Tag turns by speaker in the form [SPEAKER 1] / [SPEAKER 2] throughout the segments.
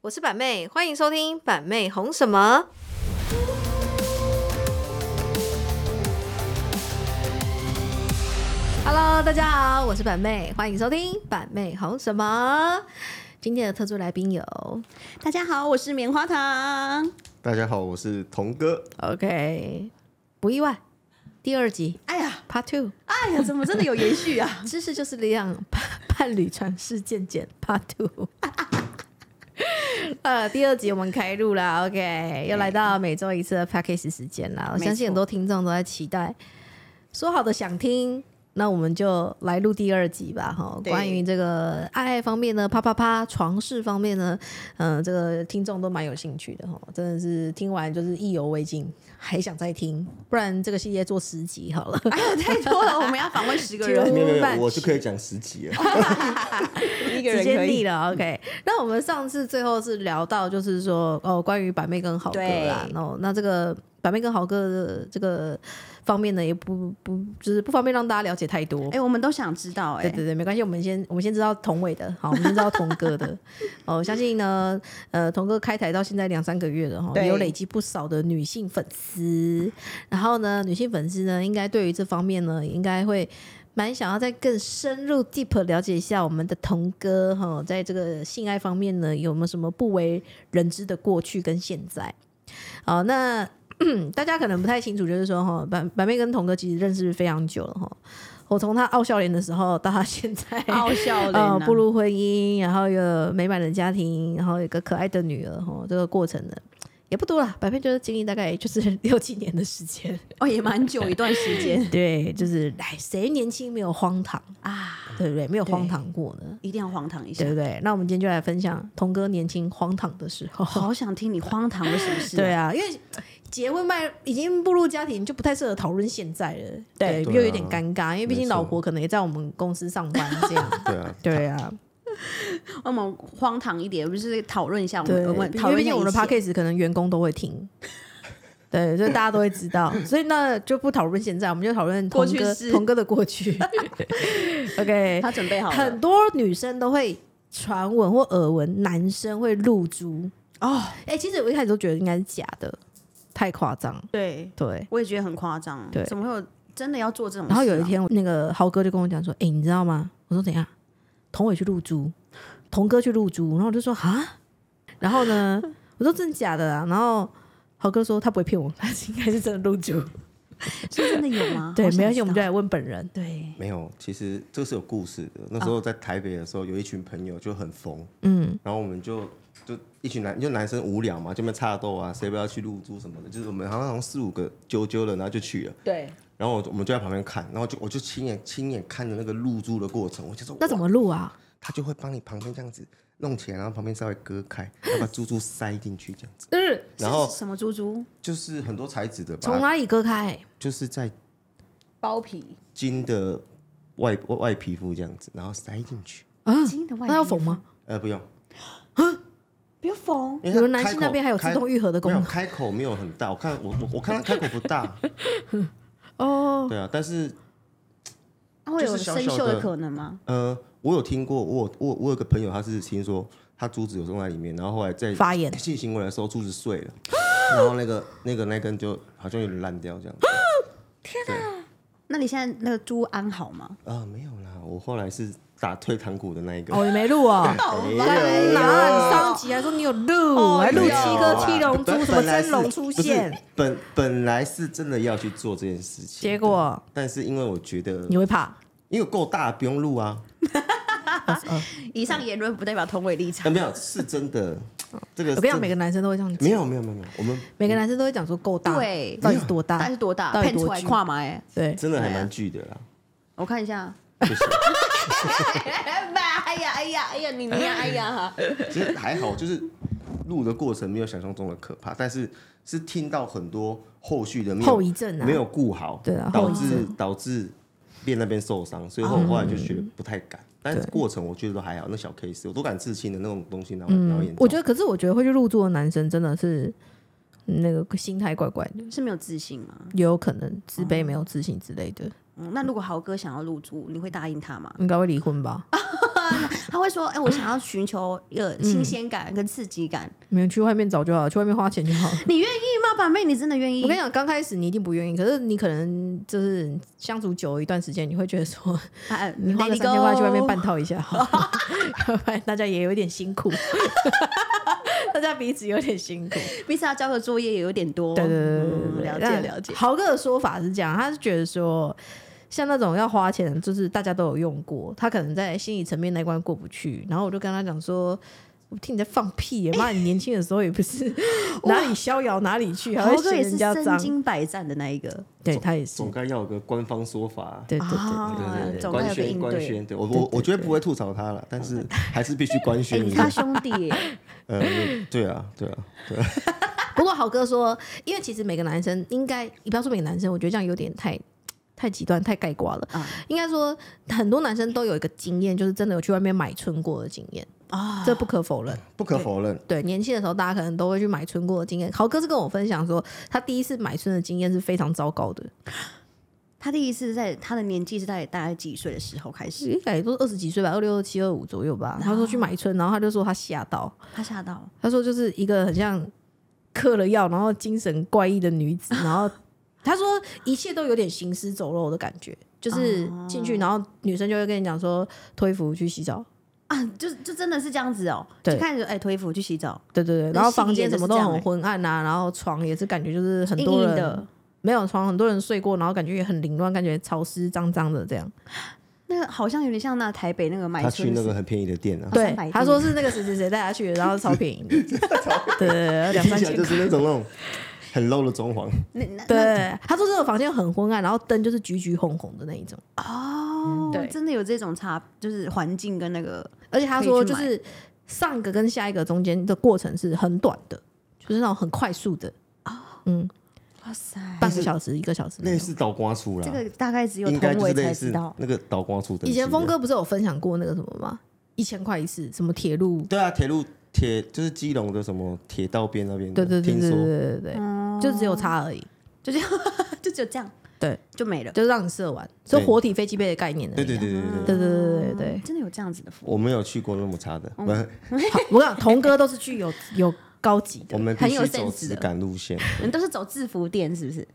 [SPEAKER 1] 我是板妹，欢迎收听板妹红什么。Hello，大家好，我是板妹，欢迎收听板妹红什么。今天的特殊来宾有
[SPEAKER 2] 大家好，我是棉花糖。
[SPEAKER 3] 大家好，我是童哥。
[SPEAKER 1] OK，不意外，第二集
[SPEAKER 2] 哎呀，
[SPEAKER 1] Part Two，
[SPEAKER 2] 哎呀，怎么真的有延续 啊？
[SPEAKER 1] 知识就是力量，伴伴侣传世见解 Part Two。呃，第二集我们开录啦，OK，又来到每周一次的 package 时间啦。我
[SPEAKER 2] 没错
[SPEAKER 1] 相信很多听众都在期待，说好的想听，那我们就来录第二集吧，哈。
[SPEAKER 2] 对
[SPEAKER 1] 关于这个爱爱方面呢，啪啪啪，床事方面呢，嗯、这个听众都蛮有兴趣的哈，真的是听完就是意犹未尽，还想再听，不然这个系列做十集好了。
[SPEAKER 2] 哎呦，太多了，我们要访问十个
[SPEAKER 1] 就
[SPEAKER 2] 人，
[SPEAKER 3] 没有没
[SPEAKER 1] 半
[SPEAKER 3] 有，我是可以讲十集 的。
[SPEAKER 2] 一
[SPEAKER 1] 直接腻。了。OK，那我们上次最后是聊到，就是说哦，关于板妹跟豪哥啦
[SPEAKER 2] 对，
[SPEAKER 1] 然后那这个板妹跟豪哥的这个方面呢，也不不就是不方便让大家了解太多。
[SPEAKER 2] 哎，我们都想知道，
[SPEAKER 1] 对
[SPEAKER 2] 哎，
[SPEAKER 1] 对对，没关系，我们先我们先知道童伟的，好，我们先知道童哥的。 哦，相信呢，呃，童哥开台到现在两三个月了哈，
[SPEAKER 2] 对
[SPEAKER 1] 也有累积不少的女性粉丝。然后呢，女性粉丝呢，应该对于这方面呢，应该会。蛮想要再更深入 deep 了解一下我们的童哥哈，在这个性爱方面呢，有没有什么不为人知的过去跟现在？好，那 大家可能不太清楚，就是说哈，板板妹跟童哥其实认识非常久了哈。我从他傲笑脸的时候到他现在，
[SPEAKER 2] 傲笑脸
[SPEAKER 1] 呃
[SPEAKER 2] 啊，，
[SPEAKER 1] 步入婚姻，然后有美满的家庭，然后有一个可爱的女儿，哈，这个过程呢也不多了，百分就是经历大概就是 六七年的时间。
[SPEAKER 2] 哦，也蛮久一段时间
[SPEAKER 1] 对，就是哎，谁年轻没有荒唐，
[SPEAKER 2] 啊，
[SPEAKER 1] 对不对？啊没有荒唐过呢，
[SPEAKER 2] 一定要荒唐一下
[SPEAKER 1] 对。不对？那我们今天就来分享童哥年轻荒唐的时候。
[SPEAKER 2] 好想听你荒唐的什么事？
[SPEAKER 1] 对，啊，因为结婚迈已经步入家庭，就不太适合讨论现在了，
[SPEAKER 2] 对
[SPEAKER 1] 又
[SPEAKER 3] 对啊
[SPEAKER 1] 有点尴尬，因为毕竟
[SPEAKER 3] 没错
[SPEAKER 1] 老婆可能也在我们公司上班，这样。
[SPEAKER 3] 对啊，
[SPEAKER 1] 对啊，
[SPEAKER 2] 我们荒唐一点，我们就是讨论一下，我
[SPEAKER 1] 对，
[SPEAKER 2] 们我们讨
[SPEAKER 1] 因为毕
[SPEAKER 2] 论一下
[SPEAKER 1] 竟我们的
[SPEAKER 2] 一切
[SPEAKER 1] podcast 可能员工都会听，对，所以大家都会知 道，所以那就不讨论现在，我们就讨论
[SPEAKER 2] 过
[SPEAKER 1] 童
[SPEAKER 2] 去
[SPEAKER 1] 哥
[SPEAKER 2] 式
[SPEAKER 1] 童哥的过 去。OK，
[SPEAKER 2] 他准备好
[SPEAKER 1] 很
[SPEAKER 2] 了
[SPEAKER 1] 多女生都会传闻或耳闻男生会露珠，
[SPEAKER 2] 哦，
[SPEAKER 1] 哎、其实我一开始都觉得应该是假的，太夸张，
[SPEAKER 2] 对，
[SPEAKER 1] 对。
[SPEAKER 2] 我也觉得很夸张，
[SPEAKER 1] 对
[SPEAKER 2] 怎么会有真的要做这种事啊？
[SPEAKER 1] 然后有一天，那个豪哥就跟我讲说：“哎、你知道吗？”我说：“怎样？童伟去露珠，童哥去露珠。”然后我就说：“啊。”然后 呢，我说：“真的假的啊？”然后豪哥说：“他不会骗我，他应该是真的露珠。？”
[SPEAKER 2] 是真的有吗
[SPEAKER 1] 对
[SPEAKER 2] 好，想
[SPEAKER 1] 没关系，我们
[SPEAKER 2] 知
[SPEAKER 1] 就
[SPEAKER 2] 道
[SPEAKER 1] 来问本人。
[SPEAKER 2] 对。
[SPEAKER 3] 没有，其实这是有故事的。那时候在台北的时候，有一群朋友就很疯，
[SPEAKER 1] 嗯，
[SPEAKER 3] 然后我们就就一群男就男生无聊嘛，就那边插斗啊，谁不要去露珠什么的，就是我们好像好像四五个揪揪了，然后就去了。
[SPEAKER 2] 对，
[SPEAKER 3] 然后我我们就在旁边看，然后就我就亲眼亲眼看着那个露珠的过程，我就说
[SPEAKER 1] 那怎
[SPEAKER 3] 哇
[SPEAKER 1] 么录啊？
[SPEAKER 3] 他就会帮你旁边这样子弄起来，然后旁边稍微割开，然后把珠珠塞进去这样子，
[SPEAKER 1] 嗯，
[SPEAKER 3] 然后
[SPEAKER 2] 什么猪猪
[SPEAKER 3] 就是很多材质的
[SPEAKER 1] 从
[SPEAKER 3] 吧，
[SPEAKER 1] 哪里割开？
[SPEAKER 3] 就是在
[SPEAKER 2] 包皮，
[SPEAKER 3] 筋的外外外皮肤这样子，然后塞进去。
[SPEAKER 2] 金的外
[SPEAKER 1] 啊那要缝吗？
[SPEAKER 3] 呃，不用，
[SPEAKER 2] 不要缝，
[SPEAKER 3] 因为它
[SPEAKER 1] 有的男
[SPEAKER 3] 开
[SPEAKER 1] 性
[SPEAKER 3] 口
[SPEAKER 1] 那边还有自
[SPEAKER 3] 开
[SPEAKER 1] 动愈合的功
[SPEAKER 3] 没有
[SPEAKER 1] 能
[SPEAKER 3] 开口没有很大，我看我我我看它开口不大，
[SPEAKER 1] 哦。
[SPEAKER 3] 对啊，但是
[SPEAKER 2] 它啊会有
[SPEAKER 3] 就是小
[SPEAKER 2] 生
[SPEAKER 3] 小的
[SPEAKER 2] 锈的可能吗？
[SPEAKER 3] 呃，我有听过，我有我有我有个朋友，他是听说他珠子有种在里面，然后后来在
[SPEAKER 1] 发炎
[SPEAKER 3] 性行为的时候珠子碎了，然后那个那个那根就好像有点烂掉这 样子。
[SPEAKER 2] 那你现在那个猪安好吗？
[SPEAKER 3] 啊、没有啦，我后来是打退堂鼓的那一个。
[SPEAKER 1] 哦，你没录啊？
[SPEAKER 2] 没
[SPEAKER 1] 干嘛？你上集还说你有啊录，
[SPEAKER 2] 哦
[SPEAKER 1] 还录
[SPEAKER 3] 没
[SPEAKER 1] 七
[SPEAKER 3] 有
[SPEAKER 1] 颗
[SPEAKER 3] 啦
[SPEAKER 1] 七龙珠，
[SPEAKER 3] 本
[SPEAKER 1] 什么
[SPEAKER 3] 本来
[SPEAKER 1] 真
[SPEAKER 3] 是
[SPEAKER 1] 龙出
[SPEAKER 3] 不是
[SPEAKER 1] 现，
[SPEAKER 3] 本本来是真的要去做这件事情，
[SPEAKER 1] 结果
[SPEAKER 3] 但是因为我觉得
[SPEAKER 1] 你，会怕。
[SPEAKER 3] 因为够大，不用录啊。
[SPEAKER 2] 以上言论不代表同伟立
[SPEAKER 3] 啊，
[SPEAKER 2] 场。
[SPEAKER 3] 没有，是真的。这个
[SPEAKER 1] 我跟你讲，
[SPEAKER 3] 这
[SPEAKER 1] 哦每个男生都会这样讲
[SPEAKER 3] 没，有没有没有没有，我们
[SPEAKER 1] 每个男生都会讲说够 大，
[SPEAKER 2] 对
[SPEAKER 1] 到底是多大？
[SPEAKER 2] 但是多大？
[SPEAKER 1] 到底
[SPEAKER 2] 喷
[SPEAKER 1] 多
[SPEAKER 2] 出来
[SPEAKER 1] 巨
[SPEAKER 2] 跨嘛？哎，
[SPEAKER 1] 对，
[SPEAKER 3] 真的还蛮巨的啦。
[SPEAKER 2] 我看一下。
[SPEAKER 3] 就是
[SPEAKER 2] 哎呀，哎呀，哎呀，哎呀，你你呀，哎呀，
[SPEAKER 1] 啊
[SPEAKER 3] 其实还好，就是录的过程没有想象中的可怕，但是是听到很多后续的没有
[SPEAKER 1] 后遗症啊
[SPEAKER 3] 没有顾好，
[SPEAKER 1] 对啊
[SPEAKER 3] 导
[SPEAKER 1] 后嗯遗
[SPEAKER 3] 致导致变那边受伤，所以后后来就觉得不太敢。但是过程我觉得都还好，那小 case 我都敢自清的那种东西，然后然后演，
[SPEAKER 1] 嗯我觉得，可是我觉得会去入住的男生真的是嗯那个心态怪怪的，
[SPEAKER 2] 是没有自信吗？
[SPEAKER 1] 也有可能自卑、没有自信之类的。
[SPEAKER 2] 嗯，那如果豪哥想要入住，你会答应他吗？
[SPEAKER 1] 应该会离婚吧？
[SPEAKER 3] 啊
[SPEAKER 2] 他会说：“哎、我想要寻求一个
[SPEAKER 1] 嗯
[SPEAKER 2] 新鲜感跟刺激感，
[SPEAKER 1] 没有去外面找就好了，去外面花钱就 好了。
[SPEAKER 2] 你愿意吗，板妹？你真的愿意
[SPEAKER 1] 我跟？”你讲，刚开始你一定不愿意，可是你可能就是相处久一段时间，你会觉得 说，
[SPEAKER 2] 哎，
[SPEAKER 1] 你花个
[SPEAKER 2] Let it
[SPEAKER 1] 三千块去外面
[SPEAKER 2] go
[SPEAKER 1] 半套一下好了， 要不然大家也有点辛苦， 大家彼此有点辛苦。
[SPEAKER 2] 彼此要交的作业也有点多。
[SPEAKER 1] 对对对对
[SPEAKER 2] 嗯
[SPEAKER 1] 对，
[SPEAKER 2] 了
[SPEAKER 1] 那
[SPEAKER 2] 解了解。
[SPEAKER 1] 豪哥的说法是这样，他是觉得说，像那种要花钱，就是大家都有用过，他可能在心理层面那一关过不去。然后我就跟他讲说。我听你在放屁耶！妈，你年轻的时候也不是 哪里逍遥哪里去，还
[SPEAKER 2] 豪
[SPEAKER 1] 会
[SPEAKER 2] 哥
[SPEAKER 1] 嫌
[SPEAKER 2] 也是
[SPEAKER 1] 人家
[SPEAKER 2] 身
[SPEAKER 1] 脏。
[SPEAKER 2] 经百战的那一个，
[SPEAKER 1] 对他也是，
[SPEAKER 3] 总该要有个官方说法。
[SPEAKER 1] 对对对
[SPEAKER 2] 啊
[SPEAKER 3] 对对对，
[SPEAKER 2] 总该
[SPEAKER 3] 官
[SPEAKER 2] 有个应
[SPEAKER 3] 宣官
[SPEAKER 2] 对。
[SPEAKER 3] 宣，对我
[SPEAKER 1] 对对
[SPEAKER 3] 我我绝对不会吐槽他了，但是还是必须官
[SPEAKER 2] 哎，
[SPEAKER 3] 宣
[SPEAKER 2] 你
[SPEAKER 3] 一
[SPEAKER 2] 是他
[SPEAKER 3] 下。
[SPEAKER 2] 兄弟耶，
[SPEAKER 3] 呃，对啊，对啊，对啊，
[SPEAKER 1] 不过豪哥说，因为其实每个男生应该，你不要说每个男生，我觉得这样有点太太极端、太概括了。
[SPEAKER 2] 啊
[SPEAKER 1] 应该说，很多男生都有一个经验，就是真的有去外面买春过的经验啊，这不可否认。
[SPEAKER 3] 不可否认，
[SPEAKER 1] 对，年轻的时候大家可能都会去买春过的经验。豪哥是跟我分享说，他第一次买春的经验是非常糟糕的，
[SPEAKER 2] 他第一次在他的年纪是在大概几岁的时候开始？
[SPEAKER 1] 应该也都二十几岁吧，二六、二七、二五左右吧。他说去买春，然后他就说他吓到，
[SPEAKER 2] 他吓到了，
[SPEAKER 1] 他说就是一个很像嗑了药，然后精神怪异的女子，然 后他说一切都有点行尸走肉的感觉，就是进
[SPEAKER 2] 哦
[SPEAKER 1] 去，然后女生就会跟你讲说脱衣服去洗澡，
[SPEAKER 2] 啊，就就真的是这样子哦。
[SPEAKER 1] 对
[SPEAKER 2] 就看着哎脱衣服去洗澡，
[SPEAKER 1] 对对对，
[SPEAKER 2] 那
[SPEAKER 1] 然后
[SPEAKER 2] 戏里
[SPEAKER 1] 房间
[SPEAKER 2] 也
[SPEAKER 1] 什
[SPEAKER 2] 都
[SPEAKER 1] 么
[SPEAKER 2] 是
[SPEAKER 1] 都
[SPEAKER 2] 这样
[SPEAKER 1] 很
[SPEAKER 2] 欸
[SPEAKER 1] 昏暗啊，然后床也是感觉就是很
[SPEAKER 2] 硬
[SPEAKER 1] 多
[SPEAKER 2] 硬
[SPEAKER 1] 人
[SPEAKER 2] 的。
[SPEAKER 1] 没有床，很多人睡过，然后感觉也很凌乱，感觉潮湿脏脏的这样。
[SPEAKER 2] 那个好像有点像那台北那个买
[SPEAKER 3] 他去
[SPEAKER 2] 春
[SPEAKER 3] 那
[SPEAKER 2] 的
[SPEAKER 3] 个很便宜的店啊，
[SPEAKER 1] 对
[SPEAKER 2] 300，度
[SPEAKER 1] 他说是那个谁谁谁带他去的，然后超便宜的，对对对，两
[SPEAKER 3] 听
[SPEAKER 1] 三
[SPEAKER 3] 起来
[SPEAKER 1] 千
[SPEAKER 3] 就
[SPEAKER 1] 块。
[SPEAKER 3] 是那种那种很 low 的装潢，
[SPEAKER 2] 那那那
[SPEAKER 1] 对，他说这个房间很昏暗，然后灯就是橘橘红红的那一种。
[SPEAKER 2] 哦，
[SPEAKER 1] 对
[SPEAKER 2] 真的有这种差，就是环境跟那个
[SPEAKER 1] 而且他
[SPEAKER 2] 可以
[SPEAKER 1] 说，
[SPEAKER 2] 去
[SPEAKER 1] 就
[SPEAKER 2] 买
[SPEAKER 1] 是上一个跟下一个中间的过程是很短的，就是那种很快速的，
[SPEAKER 2] 哇塞，
[SPEAKER 1] 半个小时、一个小时那
[SPEAKER 3] 类
[SPEAKER 1] 种。
[SPEAKER 3] 似倒瓜出啦
[SPEAKER 2] 这，个大概只有
[SPEAKER 3] 应该
[SPEAKER 2] 同
[SPEAKER 3] 就是
[SPEAKER 2] 伟
[SPEAKER 3] 类
[SPEAKER 2] 才
[SPEAKER 3] 似
[SPEAKER 2] 知道。
[SPEAKER 3] 那个倒瓜出的。
[SPEAKER 1] 以前峰哥不是有分享过那个什么吗？一千块一次，什么铁路？
[SPEAKER 3] 对啊，铁路铁就是基隆的什么铁道边那边的，
[SPEAKER 1] 对对对
[SPEAKER 3] 听
[SPEAKER 1] 对对
[SPEAKER 3] 说
[SPEAKER 1] 对对对，就只有差而已，
[SPEAKER 2] 就这样，就只有这样，
[SPEAKER 1] 对，
[SPEAKER 2] 就没了。
[SPEAKER 1] 就是让你射完，就
[SPEAKER 3] 对
[SPEAKER 1] 活体飞机杯的概念而已啊。
[SPEAKER 3] 对对对对对
[SPEAKER 1] 对
[SPEAKER 3] 对，
[SPEAKER 1] 对对对对
[SPEAKER 2] 真的有这样子的服务，
[SPEAKER 3] 我没有去过那么差的，
[SPEAKER 1] 嗯
[SPEAKER 3] 不是，
[SPEAKER 1] 对，好我跟你讲童哥都是具有有高级的
[SPEAKER 3] 我，们必
[SPEAKER 2] 很有
[SPEAKER 3] 须走
[SPEAKER 2] sense
[SPEAKER 3] 质
[SPEAKER 2] 的
[SPEAKER 3] 感路线，
[SPEAKER 2] 你都是走制服店是不是？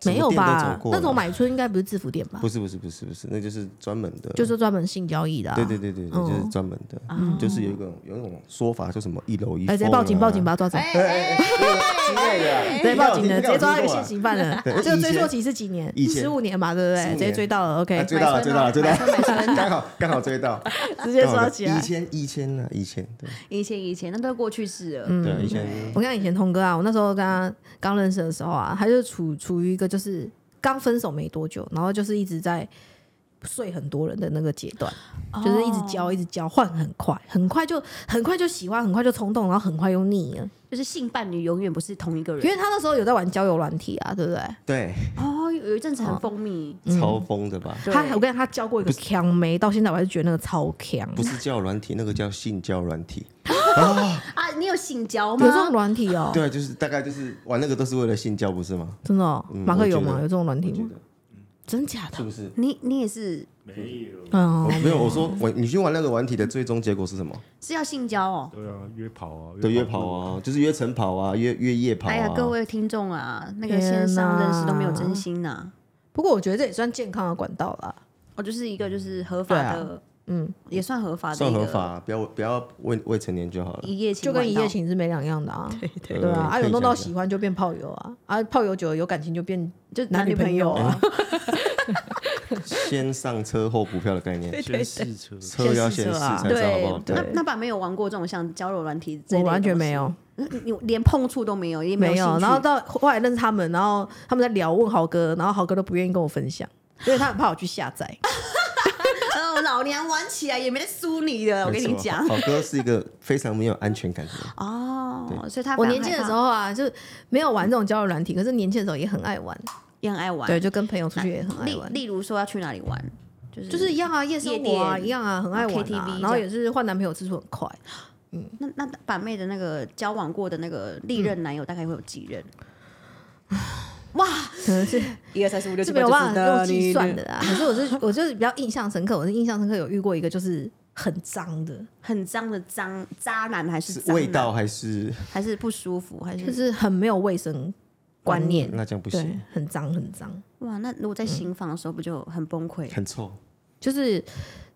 [SPEAKER 3] 什么
[SPEAKER 1] 没有
[SPEAKER 3] 店都
[SPEAKER 1] 吧
[SPEAKER 3] 走？过
[SPEAKER 1] 那种
[SPEAKER 3] 了
[SPEAKER 1] 买春应该不是制服店吧？
[SPEAKER 3] 不是不是不是不是，那就是专门的，
[SPEAKER 1] 就是专门性交易的啊。
[SPEAKER 3] 对对对对，对
[SPEAKER 1] 嗯
[SPEAKER 3] 就是专门的，就是有一个有一种说法，就什么一楼一，
[SPEAKER 1] 哎，直接报警报警，
[SPEAKER 3] 吧，
[SPEAKER 1] 把他抓走。
[SPEAKER 3] 哎哎哎之类的，
[SPEAKER 1] 直接报警
[SPEAKER 3] 你
[SPEAKER 1] 了，
[SPEAKER 3] 有
[SPEAKER 1] 直接
[SPEAKER 3] 听过啊
[SPEAKER 1] 抓到一个现行犯了。
[SPEAKER 3] 对
[SPEAKER 1] 这个
[SPEAKER 3] 以
[SPEAKER 1] 追
[SPEAKER 3] 前
[SPEAKER 1] 溯期是几年？
[SPEAKER 3] 以前
[SPEAKER 1] 十五年吧，对不对？
[SPEAKER 3] 15
[SPEAKER 1] 直接追到了
[SPEAKER 3] 啊
[SPEAKER 1] ，OK，
[SPEAKER 3] 追到了，追到了，追到
[SPEAKER 2] 买春啊买
[SPEAKER 3] 了， 刚好刚好追到，
[SPEAKER 1] 直接
[SPEAKER 3] 刚好
[SPEAKER 1] 抓起来
[SPEAKER 3] 以。前以前呢，以前对
[SPEAKER 2] 以前以前那都是过去式了，
[SPEAKER 1] 嗯
[SPEAKER 3] 对以前
[SPEAKER 1] 我跟你以前童哥啊，我那时候跟他刚认识的时候啊，他就处处于一个就是刚分手没多久，然后就是一直在睡很多人的那个阶段，就是一直交一直交，换很快，很快就很快就喜欢，很快就冲动，然后很快又腻了。
[SPEAKER 2] 就是性伴侣永远不是同一个
[SPEAKER 1] 因
[SPEAKER 2] 人。
[SPEAKER 1] 为他那时候有在玩交友软体啊，对不对？
[SPEAKER 3] 对
[SPEAKER 2] 哦，有一阵子很风靡，
[SPEAKER 1] 嗯
[SPEAKER 3] 超疯的吧。
[SPEAKER 2] 对
[SPEAKER 1] 他我跟你讲，他交过一个强妹，到现在我还是觉得那个超强。
[SPEAKER 3] 不是叫软体，那个叫性交软体。
[SPEAKER 2] 啊，你有性交
[SPEAKER 1] 有这种
[SPEAKER 2] 吗？
[SPEAKER 1] 软体哦，
[SPEAKER 3] 对啊，就是大概就是玩那个都是为了性交，不是吗？
[SPEAKER 1] 真的、哦，
[SPEAKER 3] 嗯
[SPEAKER 1] 马克有
[SPEAKER 3] 我觉
[SPEAKER 1] 吗？
[SPEAKER 3] 得
[SPEAKER 1] 有这种软体
[SPEAKER 3] 我觉
[SPEAKER 1] 吗？
[SPEAKER 3] 得
[SPEAKER 1] 真假
[SPEAKER 3] 是
[SPEAKER 1] 的？
[SPEAKER 3] 不是？
[SPEAKER 2] 你你也是
[SPEAKER 4] 没有，
[SPEAKER 1] 嗯
[SPEAKER 3] 我，没有，我说我你去玩那个软体的最终结果是什 么？
[SPEAKER 2] 是要性交哦？
[SPEAKER 4] 对啊，约跑啊，
[SPEAKER 3] 都约跑啊，就是约晨跑啊，约约夜跑啊。
[SPEAKER 2] 哎呀，各位听众啊，那个
[SPEAKER 1] 天
[SPEAKER 2] 线上认识都没有
[SPEAKER 1] 哪
[SPEAKER 2] 真心呐，
[SPEAKER 1] 不过我觉得这也算健康的管道啦。
[SPEAKER 2] 哦，就是一个就是合法的，
[SPEAKER 1] 嗯，
[SPEAKER 2] 也算合法的，
[SPEAKER 3] 算合法、，啊不要不要未未成年就好了。
[SPEAKER 2] 一夜情
[SPEAKER 1] 就跟一夜
[SPEAKER 2] 玩到
[SPEAKER 1] 情是没两样的啊。对
[SPEAKER 3] 对
[SPEAKER 1] 啊，啊
[SPEAKER 3] 可以
[SPEAKER 1] 有弄
[SPEAKER 3] 这
[SPEAKER 1] 到
[SPEAKER 3] 样讲
[SPEAKER 1] 喜欢就变炮友啊，啊炮友久了有感情就变
[SPEAKER 2] 就
[SPEAKER 1] 男
[SPEAKER 2] 男
[SPEAKER 1] 女
[SPEAKER 2] 女
[SPEAKER 1] 朋
[SPEAKER 2] 朋
[SPEAKER 1] 友
[SPEAKER 2] 友
[SPEAKER 1] 啊
[SPEAKER 2] 啊。
[SPEAKER 3] 嗯先上车后补票的概念，
[SPEAKER 4] 先试车，
[SPEAKER 3] 车要先试才知道好不好
[SPEAKER 1] 对
[SPEAKER 2] 那
[SPEAKER 3] 对，
[SPEAKER 2] 那爸没有玩过这种像交友软体，
[SPEAKER 1] 我完全没，有
[SPEAKER 2] 你连碰触都没有，也
[SPEAKER 1] 没
[SPEAKER 2] 有兴
[SPEAKER 1] 有。
[SPEAKER 2] 趣。
[SPEAKER 1] 然 后到后来认识他们，然后他们在聊问豪哥，然后豪哥都不愿意跟我分享，因为他很怕我去下 载。
[SPEAKER 2] 哦，老娘玩起来也没得输 你的，我跟你
[SPEAKER 3] 没错
[SPEAKER 2] 讲。
[SPEAKER 3] 好哥是一个非常没有安全感的人，
[SPEAKER 2] 哦，所以他
[SPEAKER 1] 我
[SPEAKER 2] 反而
[SPEAKER 1] 年轻
[SPEAKER 2] 害
[SPEAKER 1] 的
[SPEAKER 2] 怕
[SPEAKER 1] 时候啊，就没有玩这种交友软体，可是年轻的时候也很爱玩，
[SPEAKER 2] 也很爱玩，
[SPEAKER 1] 对，就跟朋友出去也很爱
[SPEAKER 2] 例
[SPEAKER 1] 玩。
[SPEAKER 2] 例如说要去哪里玩，就是
[SPEAKER 1] 就是一样啊，夜生活啊，
[SPEAKER 2] 夜店
[SPEAKER 1] 一样啊，很爱玩啊
[SPEAKER 2] KTV 这样
[SPEAKER 1] 然后也是换男朋友次数很快，
[SPEAKER 2] 那那板妹的那个交往过的那个历任男友大概会有几任？哇，
[SPEAKER 1] 可能是
[SPEAKER 4] 一二三四五六
[SPEAKER 1] 是
[SPEAKER 4] 七
[SPEAKER 1] 没
[SPEAKER 4] 八
[SPEAKER 1] 有办法
[SPEAKER 4] 九十的
[SPEAKER 1] 用计
[SPEAKER 4] 你
[SPEAKER 1] 算的啦。可是我是 我就是比较印象深刻，我是印象深刻有遇过一个就是很脏的，
[SPEAKER 2] 很脏的脏渣男还是
[SPEAKER 3] 是
[SPEAKER 2] 脏
[SPEAKER 3] 味
[SPEAKER 2] 男
[SPEAKER 3] 道还是
[SPEAKER 2] 还是不舒服还
[SPEAKER 1] 就是是很没有卫生观
[SPEAKER 2] 观
[SPEAKER 1] 念，
[SPEAKER 3] 那这样不
[SPEAKER 1] 对
[SPEAKER 3] 行，，
[SPEAKER 1] 很脏很脏，
[SPEAKER 2] 哇？那如果在新房的时候不就很崩
[SPEAKER 1] 嗯
[SPEAKER 2] 溃
[SPEAKER 3] 很臭。
[SPEAKER 1] 就是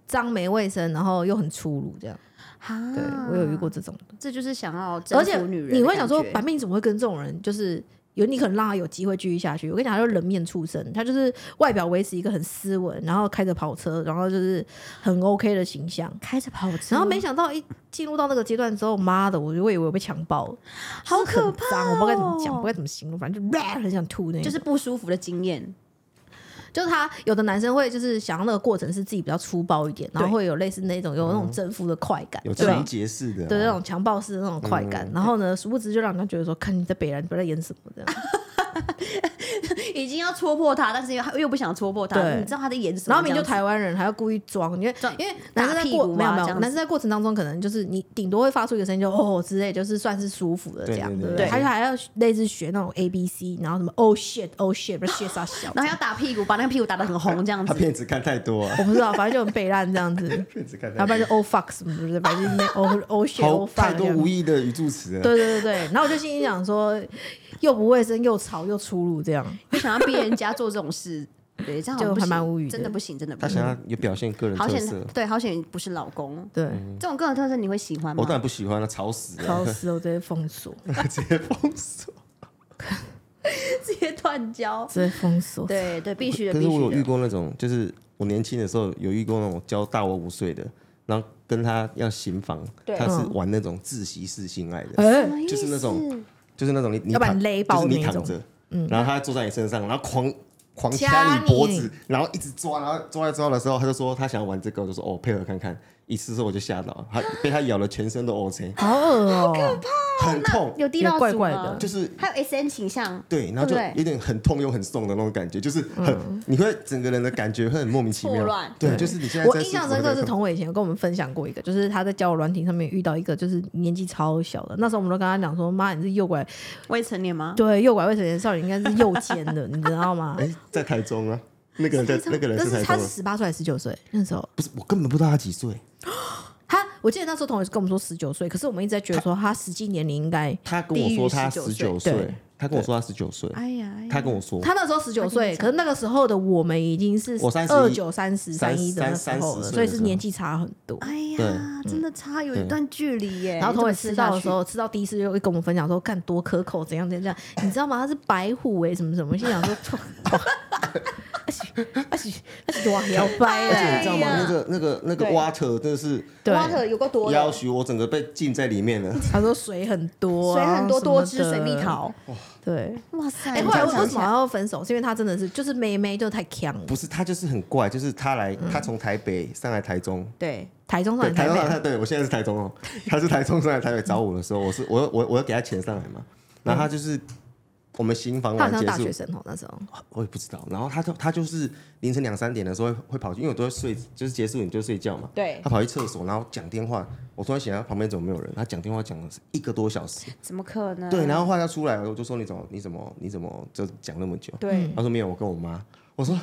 [SPEAKER 1] 脏没卫生，然后又很粗鲁这样。
[SPEAKER 2] 啊？
[SPEAKER 1] 对我有遇过，这种的，
[SPEAKER 2] 这就是想要征
[SPEAKER 1] 而且
[SPEAKER 2] 服女人的感觉，
[SPEAKER 1] 你会想说，白命怎么会跟这种人就是？有你可能让他有机会继续下去。我跟你讲，他就是人面畜生，他就是外表维持一个很斯文，然后开着跑车，然后就是很 OK 的形象。
[SPEAKER 2] 开着跑车，
[SPEAKER 1] 然后没想到一进入到那个阶段之后，妈的，我就以为我被强暴了，
[SPEAKER 2] 好
[SPEAKER 1] 就是很
[SPEAKER 2] 可怕
[SPEAKER 1] 脏，我不知道该怎么讲，
[SPEAKER 2] 哦
[SPEAKER 1] 不该怎么形容，反正就很想吐那种。
[SPEAKER 2] 就是不舒服的经验，
[SPEAKER 1] 就是他有的男生会就是想要那个过程是自己比较粗暴一点，然后会有类似那种有那种征服的快感，
[SPEAKER 3] 有
[SPEAKER 1] 对吧
[SPEAKER 3] 情节式的、啊，
[SPEAKER 1] 对那种强暴式的那种快感。然后呢，殊不知就让人家觉得说，看你在北然，你不知道在演什么这样。
[SPEAKER 2] 已经要戳破他，但是又又不想戳破他，
[SPEAKER 1] 对
[SPEAKER 2] 你知道他在演什么？
[SPEAKER 1] 然后明明
[SPEAKER 2] 这
[SPEAKER 1] 就
[SPEAKER 2] 样子
[SPEAKER 1] 台湾人还要故意装，因为
[SPEAKER 2] 装
[SPEAKER 1] 因为男生在
[SPEAKER 2] 打屁
[SPEAKER 1] 过
[SPEAKER 2] 股啊
[SPEAKER 1] 没有没有
[SPEAKER 2] 这样，子
[SPEAKER 1] 男生在过程当中可能就是你顶多会发出一个声音就哦之类，就是算是舒服的这样，
[SPEAKER 3] 对
[SPEAKER 1] 对
[SPEAKER 3] 对
[SPEAKER 1] 不对？
[SPEAKER 3] 对对
[SPEAKER 1] 他就还要类似学那种 A B C，然后什么 Oh shit Oh shit 不是 shit 啥小，
[SPEAKER 2] 然后要打屁股，把那个屁股打得很红，这样
[SPEAKER 3] 他
[SPEAKER 2] 子。
[SPEAKER 3] 骗子看太多啊，
[SPEAKER 1] 我不知道，反正就很北烂这样子，
[SPEAKER 3] 骗子看
[SPEAKER 1] 然后哦不
[SPEAKER 3] 太
[SPEAKER 1] 然
[SPEAKER 3] 多，
[SPEAKER 1] 就 Oh fuck 什么的，反正就是那 Oh Oh shit
[SPEAKER 3] 好
[SPEAKER 1] Oh
[SPEAKER 3] 太
[SPEAKER 1] fuck 这
[SPEAKER 3] 多
[SPEAKER 1] 样
[SPEAKER 3] 无意的语助词啊了。
[SPEAKER 1] 对对对对，然后我就心里想说，又不卫生又吵又粗鲁，这样
[SPEAKER 2] 不想要逼人家做这种事，对，这样好像
[SPEAKER 1] 就
[SPEAKER 2] 不行
[SPEAKER 1] 还蛮无语的
[SPEAKER 2] 真的不行，真的不
[SPEAKER 3] 他
[SPEAKER 2] 行
[SPEAKER 1] 嗯
[SPEAKER 3] 想。要也表现个人
[SPEAKER 2] 好
[SPEAKER 3] 特
[SPEAKER 2] 险
[SPEAKER 3] 色，，
[SPEAKER 2] 对，好险不是老公，
[SPEAKER 1] 对，
[SPEAKER 3] 嗯
[SPEAKER 2] 这种个人特色你会喜欢吗
[SPEAKER 3] 我当？然不喜欢了，吵死
[SPEAKER 1] 吵
[SPEAKER 3] 了，
[SPEAKER 1] 死了，我直接封 锁，
[SPEAKER 3] 直接封锁。
[SPEAKER 2] 直接断交，
[SPEAKER 1] 直接封锁。
[SPEAKER 2] 对对，必须的，
[SPEAKER 3] 可
[SPEAKER 2] 必
[SPEAKER 3] 是我有
[SPEAKER 2] 须
[SPEAKER 3] 遇
[SPEAKER 2] 的。
[SPEAKER 3] 过那种，就是我年轻的时候有遇过那种教大我五岁的，然后跟他要行房，
[SPEAKER 2] 对
[SPEAKER 3] 他是
[SPEAKER 1] 嗯
[SPEAKER 3] 玩那种自习式性爱的，
[SPEAKER 1] 哎，
[SPEAKER 3] 就是那种就是那种你你
[SPEAKER 1] 要把
[SPEAKER 3] 躺
[SPEAKER 1] 你勒
[SPEAKER 3] 就
[SPEAKER 1] 爆
[SPEAKER 3] 是你
[SPEAKER 1] 那种嗯
[SPEAKER 3] 躺着，然后他坐在你身上，然后狂。狂
[SPEAKER 1] 掐
[SPEAKER 3] 掐
[SPEAKER 1] 你
[SPEAKER 3] 你脖子，然后一直抓，然后抓来抓的时候，他就说他想要玩这个，我就说哦配合看看。一次之后我就吓到了，他被他咬了全身都 O C，
[SPEAKER 1] 好恶哦，
[SPEAKER 3] 很痛，
[SPEAKER 2] 有地道
[SPEAKER 1] 怪
[SPEAKER 2] 组
[SPEAKER 1] 怪
[SPEAKER 2] 吗
[SPEAKER 1] 的
[SPEAKER 3] 就是
[SPEAKER 2] 还有 S N 倾向，
[SPEAKER 3] 对，然后就
[SPEAKER 2] 对不对
[SPEAKER 3] 有点很痛又很松的那种感觉，就是很、你会整个人的感觉会很莫名其妙
[SPEAKER 2] 错乱。
[SPEAKER 3] 对，就是你现在
[SPEAKER 1] 我
[SPEAKER 3] 在
[SPEAKER 1] 印象深刻是
[SPEAKER 3] 痛，
[SPEAKER 1] 童伟以前有跟我们分享过一个，就是他在交友软体上面遇到一个，就是年纪超小的，那时候我们都跟他讲说，妈，你是诱拐，
[SPEAKER 2] 未成年吗？
[SPEAKER 1] 对，诱拐未成年少女应该是诱奸的，你知道吗？
[SPEAKER 3] 哎，在台中啊，那个人在那个人
[SPEAKER 1] 但
[SPEAKER 3] 是
[SPEAKER 1] 是
[SPEAKER 3] 台
[SPEAKER 1] 他
[SPEAKER 3] 中
[SPEAKER 1] 是
[SPEAKER 3] 人，
[SPEAKER 1] 十八岁还是十九岁那时候？
[SPEAKER 3] 不是我根本不知道他几岁，
[SPEAKER 1] 他我记得那时候同学跟我们说十九岁，可是我们一直在觉得说他实际年龄应该，
[SPEAKER 3] 他跟我说他
[SPEAKER 2] 低于
[SPEAKER 3] 十
[SPEAKER 2] 19
[SPEAKER 3] 九
[SPEAKER 1] 对
[SPEAKER 3] 岁，他跟我说他十九岁，
[SPEAKER 2] 哎呀，哎呀
[SPEAKER 3] 他跟我说
[SPEAKER 1] 他那时候十九岁，
[SPEAKER 2] 他跟你讲
[SPEAKER 1] 可是那个时候的我们已经是
[SPEAKER 3] 我31
[SPEAKER 1] 二九、三十、三
[SPEAKER 3] 三
[SPEAKER 1] 一的那时候了，
[SPEAKER 3] 三十岁的时候
[SPEAKER 1] 所以是年纪差很多。
[SPEAKER 2] 哎
[SPEAKER 3] 嗯
[SPEAKER 2] 呀，真的差有一段距离耶。
[SPEAKER 1] 然后
[SPEAKER 2] 头
[SPEAKER 1] 头
[SPEAKER 2] 尾
[SPEAKER 1] 尾吃到的时，候，吃到第一次就会跟我们分享说，干多可口，怎样怎样怎样，你知道吗？他是白虎哎、什么什么，我心想说，操，而且而且哇，摇掰
[SPEAKER 3] 你
[SPEAKER 1] 哎
[SPEAKER 3] 知，道吗？那个那个那个
[SPEAKER 2] 对
[SPEAKER 3] water 真的是
[SPEAKER 1] 对，
[SPEAKER 2] 哇，有够多
[SPEAKER 3] 要
[SPEAKER 2] 的，
[SPEAKER 3] 许我整个被浸在里面了。
[SPEAKER 1] 他说水很多、
[SPEAKER 2] 水
[SPEAKER 1] 啊，
[SPEAKER 2] 很多，
[SPEAKER 1] 什么
[SPEAKER 2] 多
[SPEAKER 1] 的
[SPEAKER 2] 汁水蜜，桃。
[SPEAKER 1] 对。
[SPEAKER 2] 哇塞！
[SPEAKER 1] 哎、后来
[SPEAKER 2] 这样
[SPEAKER 1] 为
[SPEAKER 2] 想
[SPEAKER 1] 什
[SPEAKER 2] 起
[SPEAKER 1] 么
[SPEAKER 2] 来
[SPEAKER 1] 要分手？是因为他真的是就是妹妹就太强了
[SPEAKER 3] 不，是他就是很怪，就是他来，他从台北上来台中，
[SPEAKER 2] 对，
[SPEAKER 1] 台中上
[SPEAKER 3] 对，
[SPEAKER 1] 来
[SPEAKER 3] 台
[SPEAKER 1] 台
[SPEAKER 3] 中
[SPEAKER 1] 北
[SPEAKER 3] 上来，对我现在是台 中哦，他是台中上来台北找我的时候，我是我要我我要给他钱上来嘛，然后他就是我们新房
[SPEAKER 1] 嗯他好
[SPEAKER 3] 完
[SPEAKER 1] 像
[SPEAKER 3] 结
[SPEAKER 1] 大
[SPEAKER 3] 束
[SPEAKER 1] 学，生哦，那时候
[SPEAKER 3] 我也不知道，然后他就他就是凌晨两三点的时候会会跑去，因为我都会睡，就是结束你就睡觉嘛，
[SPEAKER 2] 对
[SPEAKER 3] 他跑去厕所，然后讲电话，我突然醒来旁边怎么没有人，他讲电话讲了一个多小时，
[SPEAKER 2] 怎么可
[SPEAKER 1] 嗯
[SPEAKER 2] 能？
[SPEAKER 3] 对，然后后来他出来了，我就说你怎么你怎么你怎么就讲那么久，
[SPEAKER 2] 对，
[SPEAKER 3] 他说没有，我跟我妈。我说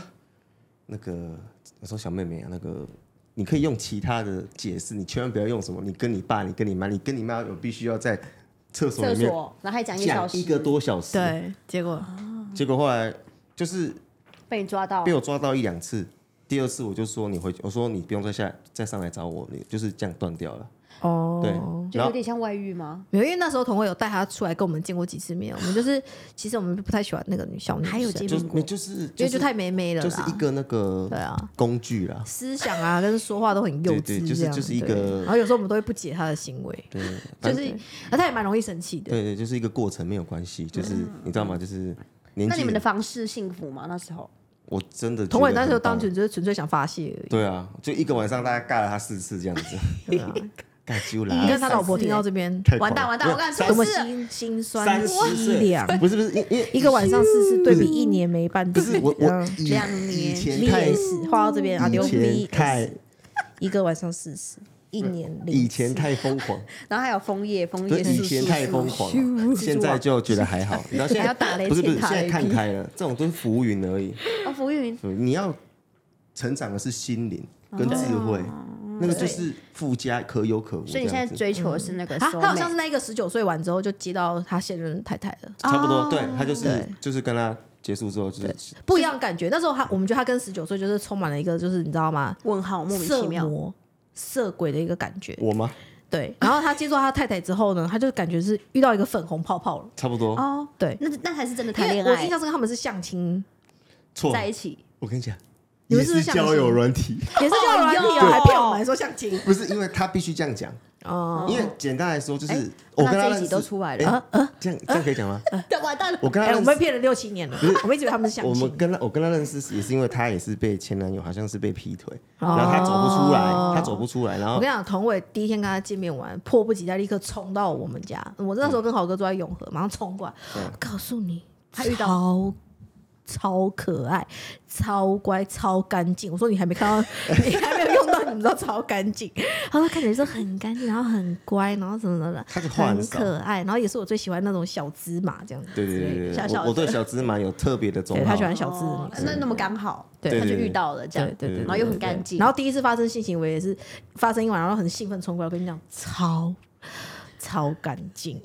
[SPEAKER 3] 那个，我说小妹妹啊，那个你可以用其他的解释，你千万不要用什么，你跟你爸，你跟你妈，你跟你妈有必须要在厕所
[SPEAKER 2] 厕
[SPEAKER 3] 里面
[SPEAKER 2] 所，然后还讲一个小
[SPEAKER 3] 讲一个
[SPEAKER 2] 时，
[SPEAKER 3] 多小时。，
[SPEAKER 1] 对，结果
[SPEAKER 3] 结果后来就是
[SPEAKER 2] 被你抓到
[SPEAKER 3] 被，我抓到一两次。第二次我就说你回去，我说你不用再下再上来找我，你就是这样断掉了。
[SPEAKER 1] 哦，
[SPEAKER 3] 对，
[SPEAKER 2] 就有
[SPEAKER 3] 然后
[SPEAKER 2] 点像外遇吗？
[SPEAKER 1] 没有，因为那时候同会有带她出来跟我们见过几次面，我 们就是其实我们不太喜欢那个女小女生，
[SPEAKER 2] 还有见
[SPEAKER 3] 就
[SPEAKER 2] 面
[SPEAKER 3] 是
[SPEAKER 2] 过，
[SPEAKER 3] 就是
[SPEAKER 1] 因
[SPEAKER 3] 就
[SPEAKER 1] 为就是太妹妹了
[SPEAKER 3] 就是一
[SPEAKER 1] 啦，
[SPEAKER 3] 个那个
[SPEAKER 1] 对啊
[SPEAKER 3] 工具啦，
[SPEAKER 1] 思想啊跟说话都很幼
[SPEAKER 3] 对
[SPEAKER 1] 稚，
[SPEAKER 3] 对就是
[SPEAKER 1] 这样
[SPEAKER 3] 就是一
[SPEAKER 1] 对
[SPEAKER 3] 个
[SPEAKER 1] 然后有时候我们都会不解她的行为，
[SPEAKER 3] 对，
[SPEAKER 1] 就
[SPEAKER 3] 反
[SPEAKER 1] 是那她也蛮容易生气的，
[SPEAKER 3] 对对，就是一个过程，没有关系，就是你知道吗？就是
[SPEAKER 2] 嗯
[SPEAKER 3] 年
[SPEAKER 2] 那
[SPEAKER 3] 纪
[SPEAKER 2] 你们的方式幸福吗？那时候
[SPEAKER 3] 我真的觉得
[SPEAKER 1] 同伟那时候
[SPEAKER 3] 很棒
[SPEAKER 1] 当纯就是纯粹想发泄而已，
[SPEAKER 3] 对啊，就一个晚上大概尬了他四次这样子，
[SPEAKER 1] 对啊
[SPEAKER 3] 尬揪啦。
[SPEAKER 1] 你看他老婆
[SPEAKER 2] 三次
[SPEAKER 1] 听到这边
[SPEAKER 3] 太狂
[SPEAKER 2] 完蛋
[SPEAKER 3] 了
[SPEAKER 2] 完蛋，我刚才
[SPEAKER 1] 多
[SPEAKER 2] 说
[SPEAKER 1] 么
[SPEAKER 2] 是啊
[SPEAKER 1] 心心酸
[SPEAKER 3] 三十
[SPEAKER 1] 凄凉，
[SPEAKER 3] 岁，不是不是，因因为
[SPEAKER 1] 一个晚上四次对比一年没半
[SPEAKER 3] 不
[SPEAKER 1] 对
[SPEAKER 3] 是
[SPEAKER 1] 比，
[SPEAKER 3] 我我
[SPEAKER 1] 嗯
[SPEAKER 3] 以
[SPEAKER 2] 两年
[SPEAKER 3] 以前看
[SPEAKER 1] 历史画到这边啊，
[SPEAKER 3] 以
[SPEAKER 1] 留
[SPEAKER 3] 前
[SPEAKER 1] 笔
[SPEAKER 3] 看
[SPEAKER 1] 一个晚上四十。一年零
[SPEAKER 3] 以前太疯 狂，
[SPEAKER 2] 然后还有枫叶，枫
[SPEAKER 3] 对，
[SPEAKER 2] 叶
[SPEAKER 3] 以前太疯狂
[SPEAKER 2] 啊
[SPEAKER 3] 了，现在就觉得 还好。你知道现
[SPEAKER 1] 还要打
[SPEAKER 3] 在
[SPEAKER 1] 雷
[SPEAKER 3] 不是不是，
[SPEAKER 1] 天打
[SPEAKER 3] 现
[SPEAKER 1] 雷
[SPEAKER 3] 在看
[SPEAKER 1] 劈
[SPEAKER 3] 开了，这种都是浮云而已。
[SPEAKER 2] 哦，浮云
[SPEAKER 3] 对你要成长的是心灵跟智慧，
[SPEAKER 1] 哦
[SPEAKER 3] 那个就是附加可有可无
[SPEAKER 2] 所
[SPEAKER 3] 这
[SPEAKER 2] 以你现
[SPEAKER 3] 样
[SPEAKER 2] 在
[SPEAKER 3] 子。
[SPEAKER 2] 追求的是那个
[SPEAKER 1] 啊，
[SPEAKER 2] soul
[SPEAKER 1] 他好像
[SPEAKER 2] mate
[SPEAKER 1] 是那一个十九岁完之后就接到他现任太太了，
[SPEAKER 3] 差不多，对他就是
[SPEAKER 1] 哦对
[SPEAKER 3] 就是跟他结束之后就是
[SPEAKER 1] 不一样感觉。那时候他，我们觉得他跟十九岁就是充满了一个，就是你知道吗？
[SPEAKER 2] 问号，莫名
[SPEAKER 1] 色
[SPEAKER 2] 其妙。
[SPEAKER 1] 魔、色鬼的一个感觉。
[SPEAKER 3] 我吗？
[SPEAKER 1] 对，然后他接触到他太太之后呢，他就感觉是遇到一个粉红泡泡了。
[SPEAKER 3] 差不多
[SPEAKER 2] 哦，
[SPEAKER 1] 对，
[SPEAKER 2] 那那才是真的
[SPEAKER 1] 因
[SPEAKER 2] 谈
[SPEAKER 1] 为
[SPEAKER 2] 恋
[SPEAKER 1] 我
[SPEAKER 2] 爱
[SPEAKER 1] 印，象中他们是相亲，
[SPEAKER 3] 错。
[SPEAKER 2] 在一起。
[SPEAKER 3] 我跟你讲，
[SPEAKER 1] 你们
[SPEAKER 3] 也
[SPEAKER 1] 是不是
[SPEAKER 3] 是
[SPEAKER 1] 相
[SPEAKER 3] 交友
[SPEAKER 1] 信
[SPEAKER 3] 软体，
[SPEAKER 1] 也是叫软体
[SPEAKER 2] 哎
[SPEAKER 1] 哦，
[SPEAKER 2] 呦
[SPEAKER 1] 还骗我们说相亲
[SPEAKER 3] 不是因为他必须这样讲，
[SPEAKER 1] 哦。
[SPEAKER 3] 因为简单来说就
[SPEAKER 2] 哎
[SPEAKER 3] 是我跟
[SPEAKER 2] 那
[SPEAKER 3] 他
[SPEAKER 2] 这一
[SPEAKER 3] 认
[SPEAKER 2] 集
[SPEAKER 3] 识
[SPEAKER 2] 都出来了
[SPEAKER 3] 哎这样这样可以讲吗？
[SPEAKER 2] 完蛋了，
[SPEAKER 3] 我跟
[SPEAKER 1] 啊哎、
[SPEAKER 3] 他
[SPEAKER 1] 我们
[SPEAKER 3] 认
[SPEAKER 1] 被
[SPEAKER 3] 识，
[SPEAKER 1] 骗了六七年了，我们一直以为他们是相
[SPEAKER 3] 我们
[SPEAKER 1] 亲。
[SPEAKER 3] 跟他我跟他认识也是因为他也是被前男友好像是被劈腿，
[SPEAKER 1] 哦
[SPEAKER 3] 然后他走不出来，他走不出来，然
[SPEAKER 1] 我
[SPEAKER 3] 后
[SPEAKER 1] 跟你讲，童伟第一天跟他见面完，迫不及待立刻冲到我们家。我那时候跟豪哥住在永和，马上冲过来，
[SPEAKER 3] 嗯
[SPEAKER 1] 告诉你，
[SPEAKER 2] 他遇到
[SPEAKER 1] 超超可爱、超乖、超干净。我说你还没看到，你还没有用到，你们知道超干净。他说看起来是很干净，然后很乖，然后什么什么的，
[SPEAKER 3] 他的话很
[SPEAKER 1] 很
[SPEAKER 3] 少。
[SPEAKER 1] 可爱，然后也是我最喜欢那种小芝麻这样子。
[SPEAKER 3] 对对对对
[SPEAKER 2] 小
[SPEAKER 3] 对，
[SPEAKER 2] 小
[SPEAKER 3] 我
[SPEAKER 2] 的
[SPEAKER 3] 我对小芝麻有特别的钟
[SPEAKER 1] 对他
[SPEAKER 3] 好
[SPEAKER 1] 喜，欢小资的
[SPEAKER 2] 哦
[SPEAKER 1] 女生。
[SPEAKER 2] 那那么刚好，
[SPEAKER 1] 对
[SPEAKER 2] 他就
[SPEAKER 3] 对对
[SPEAKER 2] 遇到了
[SPEAKER 1] 对
[SPEAKER 2] 这样
[SPEAKER 1] 对，对对，
[SPEAKER 2] 然后又很干净，
[SPEAKER 1] 然后第一次发生性行为也是发生一晚，然后很兴奋冲过来，我跟你讲，超超干净。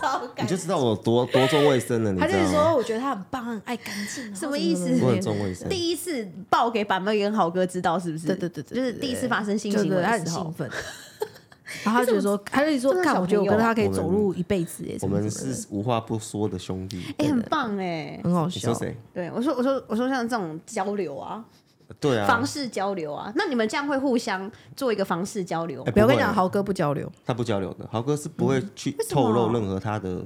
[SPEAKER 2] 超
[SPEAKER 3] 你
[SPEAKER 2] 干
[SPEAKER 3] 就知道我多多重卫生了，你
[SPEAKER 1] 他
[SPEAKER 3] 知
[SPEAKER 1] 就是
[SPEAKER 3] 道吗？
[SPEAKER 1] 说，我觉得他很棒，很爱干净，然后
[SPEAKER 2] 啊什
[SPEAKER 1] 什
[SPEAKER 2] 么意思
[SPEAKER 3] 我很重卫生，
[SPEAKER 2] 第一次报给板妹跟豪哥知道是不是？
[SPEAKER 1] 对对对对对
[SPEAKER 2] 就是第一次发生性
[SPEAKER 1] 对
[SPEAKER 2] 行为
[SPEAKER 1] 对，他
[SPEAKER 2] 的
[SPEAKER 1] 很
[SPEAKER 2] 时
[SPEAKER 1] 兴
[SPEAKER 2] 候，
[SPEAKER 1] 奋。然后他就说，他就说，
[SPEAKER 2] 这个
[SPEAKER 1] 看，
[SPEAKER 2] 小
[SPEAKER 1] 我觉得我
[SPEAKER 2] 朋友
[SPEAKER 1] 跟他可以
[SPEAKER 3] 我们
[SPEAKER 1] 走路一辈子耶。
[SPEAKER 3] 我
[SPEAKER 1] 什么
[SPEAKER 3] 们
[SPEAKER 1] 什么的
[SPEAKER 3] 是无话不说的兄弟。
[SPEAKER 2] 哎，很棒哎。
[SPEAKER 1] 很好
[SPEAKER 3] 你
[SPEAKER 1] 笑
[SPEAKER 3] 说，谁？
[SPEAKER 2] 对我说我说我说像这种交流啊，
[SPEAKER 3] 对啊
[SPEAKER 2] 房，事交流啊，那你们这样会互相做一个房事交流吗
[SPEAKER 3] 哎
[SPEAKER 1] 不要
[SPEAKER 3] 不
[SPEAKER 1] 跟
[SPEAKER 3] 会
[SPEAKER 1] 你讲，豪哥不交流，
[SPEAKER 3] 他不交流的，豪哥是不会去
[SPEAKER 2] 为什么
[SPEAKER 3] 透
[SPEAKER 1] 嗯
[SPEAKER 3] 露任何他的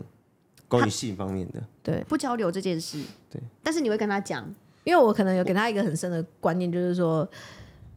[SPEAKER 3] 关于性方面的。
[SPEAKER 1] 对，
[SPEAKER 2] 不交流这件事。
[SPEAKER 3] 对，
[SPEAKER 2] 但是你会跟他讲，
[SPEAKER 1] 因为我可能有给他一个很深的观念，就是说，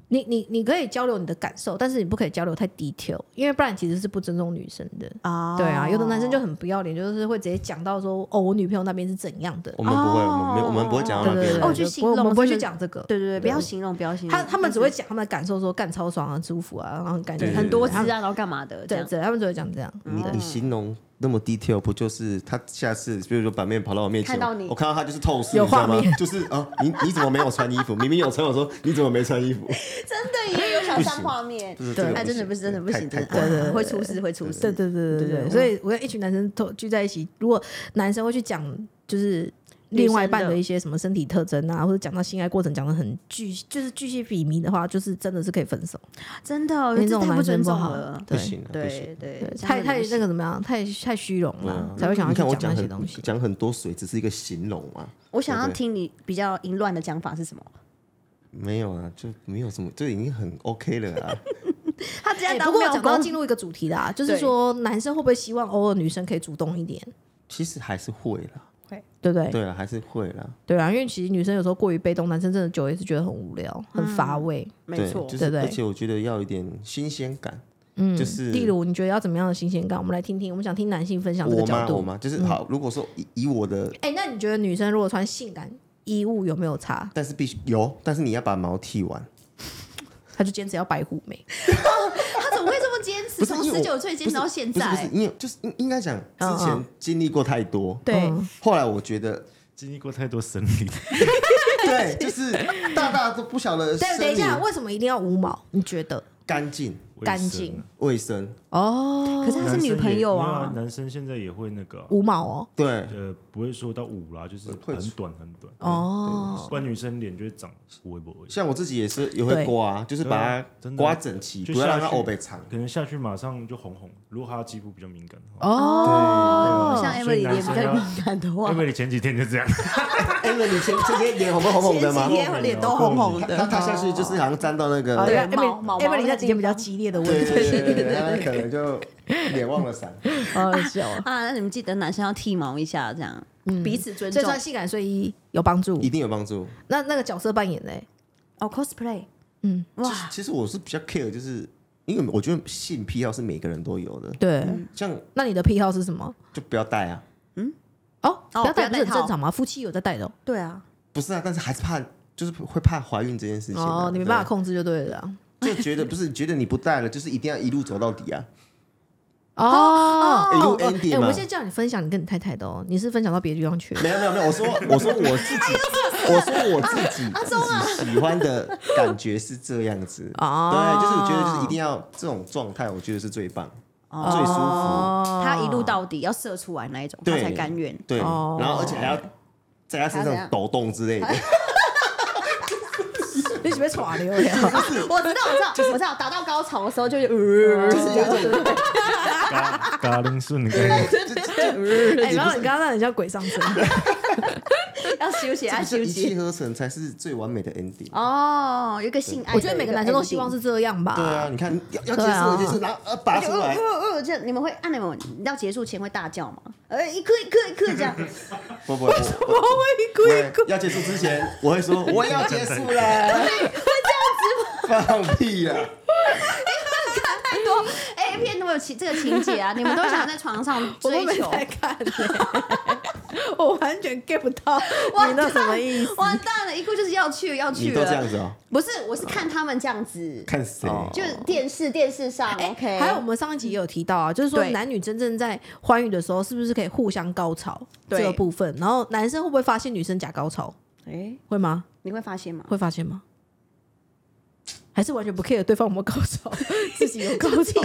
[SPEAKER 1] 你你你可以交流你的感受，但是你不可以交流太 detail，因为不然其实是不尊重女生的。
[SPEAKER 2] 哦
[SPEAKER 1] 对啊，有的男生就很不要脸，就是会直接讲到说，哦，我女朋友那边是怎样的。
[SPEAKER 3] 我们不会，
[SPEAKER 2] 哦
[SPEAKER 3] 我们没有，我们不会讲
[SPEAKER 1] 对
[SPEAKER 3] 到那
[SPEAKER 1] 对
[SPEAKER 3] 边
[SPEAKER 1] 对，
[SPEAKER 2] 哦
[SPEAKER 3] 来
[SPEAKER 2] 去
[SPEAKER 1] 对
[SPEAKER 2] 形
[SPEAKER 1] 不会我们
[SPEAKER 2] 容
[SPEAKER 1] 不会
[SPEAKER 2] 是
[SPEAKER 1] 去
[SPEAKER 2] 不是
[SPEAKER 1] 讲这个。
[SPEAKER 2] 对对对，不要形容，不要形容。
[SPEAKER 1] 他他们只会讲他们的感受，说干超爽啊，很舒服啊，然后感觉
[SPEAKER 3] 对嗯
[SPEAKER 2] 很多
[SPEAKER 1] 次
[SPEAKER 2] 次啊，然后干嘛的这
[SPEAKER 1] 对
[SPEAKER 2] 样。
[SPEAKER 1] 对，他们只会讲这样。
[SPEAKER 3] 你你形容那么 detail，不就是他下次，比如说版面跑到我面前，
[SPEAKER 2] 看到你
[SPEAKER 3] 我看到他就是透视，
[SPEAKER 1] 有
[SPEAKER 3] 你知道
[SPEAKER 1] 画
[SPEAKER 3] 吗
[SPEAKER 1] 面？
[SPEAKER 3] 就是啊，你你怎么没有穿衣服？明明有穿，我说你怎么没穿衣服？
[SPEAKER 2] 真的也有想上画面
[SPEAKER 3] 不行对，
[SPEAKER 2] 哎，真的不是真的不行，
[SPEAKER 3] 太
[SPEAKER 2] 真
[SPEAKER 3] 太
[SPEAKER 1] 对对
[SPEAKER 2] 的嗯
[SPEAKER 1] 对
[SPEAKER 2] 会出事，会出
[SPEAKER 1] 对
[SPEAKER 2] 事。
[SPEAKER 1] 对对对对，
[SPEAKER 2] 对哦
[SPEAKER 1] 所以我跟一群男生都聚在一起，如果男生会去讲就是另外一半的一些什么身体特征啊，或者讲到性爱过程讲的很巨，就是巨细靡遗的话，就是真的是可以分手。
[SPEAKER 2] 真的，我
[SPEAKER 1] 因为
[SPEAKER 2] 觉得
[SPEAKER 1] 这
[SPEAKER 2] 哦这
[SPEAKER 1] 种
[SPEAKER 2] 太不
[SPEAKER 1] 男生
[SPEAKER 2] 尊
[SPEAKER 1] 不
[SPEAKER 2] 重
[SPEAKER 1] 好
[SPEAKER 2] 了，。
[SPEAKER 3] 不
[SPEAKER 1] 对
[SPEAKER 3] 行啊，不行。
[SPEAKER 2] 对对
[SPEAKER 1] 对，太太那
[SPEAKER 2] 个，
[SPEAKER 1] 个怎么样？太太虚荣
[SPEAKER 3] 对
[SPEAKER 1] 了
[SPEAKER 3] 啊，
[SPEAKER 1] 嗯才会想要
[SPEAKER 3] 你看我
[SPEAKER 1] 去
[SPEAKER 3] 讲
[SPEAKER 1] 那些
[SPEAKER 3] 很
[SPEAKER 1] 东西。
[SPEAKER 3] 讲很多水，只是一个形容嘛。
[SPEAKER 2] 我想要
[SPEAKER 3] 对不对
[SPEAKER 2] 听你比较淫乱的讲法是什么？
[SPEAKER 3] 没有啊，就没有什么，就已经很 OK 了啊。
[SPEAKER 2] 他只
[SPEAKER 1] 哎不
[SPEAKER 2] 要当
[SPEAKER 1] 过
[SPEAKER 2] 没有
[SPEAKER 1] 讲到进入一个主题啦，就是
[SPEAKER 2] 对
[SPEAKER 1] 说男生会不会希望偶尔女生可以主动一点，
[SPEAKER 3] 其实还是会啦，
[SPEAKER 1] 对不对？
[SPEAKER 3] 对啊，还是会啦。
[SPEAKER 1] 对啊，因为其实女生有时候过于被动，男生真的久了也是觉得很无聊、很乏味。
[SPEAKER 2] 没错
[SPEAKER 3] 对，
[SPEAKER 1] 对
[SPEAKER 3] 就是
[SPEAKER 1] 不对
[SPEAKER 3] 而且我觉得要有一点新鲜感，嗯，就是
[SPEAKER 1] 例如，你觉得要怎么样的新鲜感？我们来听听，我们想听男性分享这个
[SPEAKER 3] 我
[SPEAKER 1] 角
[SPEAKER 3] 吗？我
[SPEAKER 1] 度。嗯
[SPEAKER 3] 吗？就是好，如果说以以我的，
[SPEAKER 1] 哎、那你觉得女生如果穿性感衣物有没有差？
[SPEAKER 3] 但是必须有，但是你要把毛剃完，
[SPEAKER 1] 她就坚持要白虎 眉，
[SPEAKER 2] 他怎么会这么坚持？
[SPEAKER 3] 不是
[SPEAKER 2] 从
[SPEAKER 3] 因为
[SPEAKER 2] 十
[SPEAKER 3] 我
[SPEAKER 2] 九岁坚持到现在，
[SPEAKER 3] 不是不是，因为就是应应该讲
[SPEAKER 1] 嗯
[SPEAKER 3] 之前经历过太多，
[SPEAKER 2] 对
[SPEAKER 1] 嗯
[SPEAKER 3] 后来我 觉得
[SPEAKER 4] 经历过太多生理，
[SPEAKER 3] 对，就是大大都不晓得
[SPEAKER 1] 对，等
[SPEAKER 3] 生
[SPEAKER 1] 一
[SPEAKER 3] 理
[SPEAKER 1] 下，为什么一定要无毛？你觉得？
[SPEAKER 3] 干净
[SPEAKER 1] 干净
[SPEAKER 3] 卫生，
[SPEAKER 1] 哦，
[SPEAKER 2] 可是她是女朋友啊
[SPEAKER 4] 男生也没有男生现在也会那个啊，
[SPEAKER 1] 无毛哦，
[SPEAKER 3] 对
[SPEAKER 4] 呃，不会说到五啦，就是
[SPEAKER 3] 会
[SPEAKER 4] 很短很短。
[SPEAKER 1] 哦，
[SPEAKER 4] 不然女生脸就会长微博，
[SPEAKER 3] 像我自己也是也
[SPEAKER 1] 对
[SPEAKER 3] 会刮啊，就是把
[SPEAKER 4] 对啊
[SPEAKER 3] 它
[SPEAKER 4] 真的
[SPEAKER 3] 刮整齐，
[SPEAKER 4] 就
[SPEAKER 3] 不要让它
[SPEAKER 4] 下去
[SPEAKER 3] 欧被长。
[SPEAKER 4] 可能下去马上就红红。如果她的肌肤比较敏感的话，
[SPEAKER 1] 哦，
[SPEAKER 2] 像
[SPEAKER 4] 所
[SPEAKER 2] Emily
[SPEAKER 4] 以
[SPEAKER 2] 脸
[SPEAKER 4] 男
[SPEAKER 2] 比
[SPEAKER 4] 生
[SPEAKER 2] 较
[SPEAKER 4] 要
[SPEAKER 2] 敏感的话
[SPEAKER 4] 因，为你前几天就 这样，
[SPEAKER 3] 哎，那你前前天脸红不红红的吗？
[SPEAKER 2] 前几天脸都 红红
[SPEAKER 3] 他
[SPEAKER 2] 的，
[SPEAKER 3] 他下去就是好像沾到那个
[SPEAKER 1] 对啊
[SPEAKER 2] 对毛毛毛
[SPEAKER 1] ，Emily
[SPEAKER 2] 的
[SPEAKER 1] 在几
[SPEAKER 2] 地
[SPEAKER 1] 天比较
[SPEAKER 2] 方
[SPEAKER 1] 激烈的问
[SPEAKER 3] 对
[SPEAKER 1] 题，
[SPEAKER 3] 对对对，他可能就脸忘了闪。
[SPEAKER 1] 好好笑 哦。
[SPEAKER 2] 啊，那你们记得男生要剃毛一下，这样、彼此尊
[SPEAKER 1] 嗯所以。
[SPEAKER 2] 重
[SPEAKER 1] 穿性感睡衣有帮助
[SPEAKER 3] 一。定有帮助。
[SPEAKER 1] 那那个角色扮演嘞？
[SPEAKER 2] 哦，cosplay，
[SPEAKER 1] 嗯，
[SPEAKER 2] 哇，
[SPEAKER 3] 其实我是比较 care，就是因为我觉得性癖好是每个人都有的，
[SPEAKER 1] 对，
[SPEAKER 3] 像
[SPEAKER 1] 那你的癖好是什么？
[SPEAKER 3] 就不要戴啊，
[SPEAKER 1] 哦，不
[SPEAKER 2] 哦
[SPEAKER 1] 要戴不
[SPEAKER 2] 不
[SPEAKER 1] 是
[SPEAKER 2] 要戴
[SPEAKER 1] 很
[SPEAKER 2] 套
[SPEAKER 1] 正常吗？夫妻有在戴的哦
[SPEAKER 2] 对啊，
[SPEAKER 3] 不是啊，但是还是怕，就是会怕怀孕这件事情啊、
[SPEAKER 1] 哦，你没办法
[SPEAKER 3] 对。
[SPEAKER 1] 控制就对了啊。
[SPEAKER 3] 就觉得不是觉得你不带了，就是一定要一路走到底啊。
[SPEAKER 1] 哦，
[SPEAKER 3] 一路
[SPEAKER 1] 哦
[SPEAKER 3] ending
[SPEAKER 1] 哎
[SPEAKER 3] 嘛
[SPEAKER 1] 我先叫你分享你跟你太太的哦，你是分享到别的地方去了。
[SPEAKER 3] 没有没有没有，我说我说我自己，我说我自己自己喜欢的感觉是这样子。
[SPEAKER 1] 哦
[SPEAKER 3] 对，就是我觉得就是一定要这种状态，我觉得是最棒、最舒服。
[SPEAKER 1] 哦，
[SPEAKER 2] 他一路到底要射出来那一种，他
[SPEAKER 3] 对
[SPEAKER 2] 才甘愿。
[SPEAKER 3] 对，
[SPEAKER 1] 哦
[SPEAKER 3] 然后而且还要在他身
[SPEAKER 2] 还要怎样
[SPEAKER 3] 上抖动之类的。
[SPEAKER 1] 你准备耍流呀？
[SPEAKER 2] 我知道，我知道，我知道，达到高潮的时候就呃有，
[SPEAKER 3] 就是有一种
[SPEAKER 4] 嘎嘎铃啊顺的概念，
[SPEAKER 1] 哎，然后你刚刚那很像鬼上身，
[SPEAKER 3] 哎
[SPEAKER 2] 要休息，要
[SPEAKER 3] 这
[SPEAKER 2] 休
[SPEAKER 3] 一气
[SPEAKER 2] 息。
[SPEAKER 3] 呵成才是最完美的 ending。
[SPEAKER 2] 哦，有一个性爱，
[SPEAKER 1] 我觉得每个男生都希望是这样吧。
[SPEAKER 3] 对啊，你看要要
[SPEAKER 1] 对啊
[SPEAKER 3] 结束就是然后呃拔
[SPEAKER 2] 而
[SPEAKER 3] 出
[SPEAKER 2] 且我
[SPEAKER 3] 来，
[SPEAKER 2] 我我这你们会啊按你们要结束前会大叫吗？呃，一颗一颗一颗 这样，
[SPEAKER 3] 不不，为什么
[SPEAKER 1] 一哭一哭
[SPEAKER 3] 要结束之前，我会说我要结束了，会这样子放屁啊！
[SPEAKER 2] 太哎多 A 片都有情这个情节啊，你们都想在床上
[SPEAKER 1] 我
[SPEAKER 2] 追
[SPEAKER 1] 都没
[SPEAKER 2] 求，
[SPEAKER 1] 在看 欸，我完全 get 不 到你那什么意思。
[SPEAKER 2] 完蛋了，一哭就是要去要
[SPEAKER 3] 你
[SPEAKER 2] 去
[SPEAKER 3] 都这样
[SPEAKER 2] 了，
[SPEAKER 3] 子哦，
[SPEAKER 2] 不是，我是看他们这样子，
[SPEAKER 3] 看谁？
[SPEAKER 1] 哦
[SPEAKER 2] 就是电视电视上
[SPEAKER 1] 哎
[SPEAKER 2] ，OK，
[SPEAKER 1] 还有我们上一集也有提到啊，就是说
[SPEAKER 2] 对
[SPEAKER 1] 男女真正在欢愉的时候，是不是可以互相高潮这
[SPEAKER 2] 对
[SPEAKER 1] 个部分？然后男生会不会发现女生假高潮？
[SPEAKER 2] 哎，
[SPEAKER 1] 会吗？
[SPEAKER 2] 你会发现吗？
[SPEAKER 1] 会发现吗？还是完全不 care 对方有没有高 潮，自己有高潮？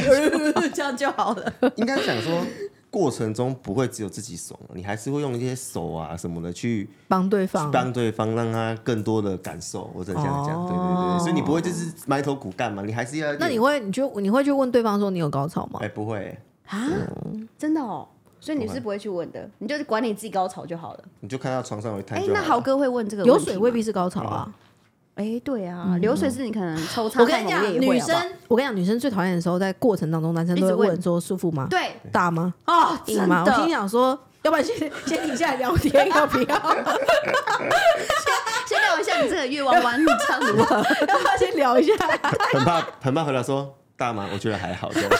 [SPEAKER 2] 这样就好了。
[SPEAKER 3] 应该讲说，过程中不会只有自己爽，你还是会用一些手啊什么的去
[SPEAKER 1] 帮对
[SPEAKER 3] 去
[SPEAKER 1] 方
[SPEAKER 3] 帮对方，让他更多的感受。我只能这样讲，
[SPEAKER 1] 哦
[SPEAKER 3] 对对对，所以你不会就是埋头苦干嘛，你还是要有点。
[SPEAKER 1] 那你会，你就你会去问对方说你有高潮吗？
[SPEAKER 3] 哎不会，
[SPEAKER 2] 啊，真的哦，所以你是不会去问的，你就是管你自己高潮就好了。
[SPEAKER 3] 你就看到床上有一滩
[SPEAKER 2] 哎，
[SPEAKER 3] 就
[SPEAKER 2] 那
[SPEAKER 3] 好
[SPEAKER 2] 豪
[SPEAKER 3] 了。
[SPEAKER 2] 哥会问这个
[SPEAKER 1] 有
[SPEAKER 2] 问题
[SPEAKER 1] 水
[SPEAKER 2] 吗
[SPEAKER 1] 未必是高潮啊。
[SPEAKER 2] 哎，对啊，流水是你可能抽插，
[SPEAKER 1] 我跟你讲，女
[SPEAKER 2] 好不好
[SPEAKER 1] 生，我跟你讲，女生最讨厌的时候，在过程当中，男生都会
[SPEAKER 2] 一直问
[SPEAKER 1] 问说舒服吗？
[SPEAKER 2] 对
[SPEAKER 1] 大吗？
[SPEAKER 2] 哦，
[SPEAKER 1] 硬
[SPEAKER 2] 真
[SPEAKER 1] 吗？我跟你
[SPEAKER 2] 的，
[SPEAKER 1] 讲说， 要不然先先停下来聊天，要 不要？要
[SPEAKER 2] 先聊一下你这个月弯弯，你这样如 何？
[SPEAKER 1] 不要先聊一下？
[SPEAKER 3] 很怕很怕回答说大吗？我觉得还好。这样子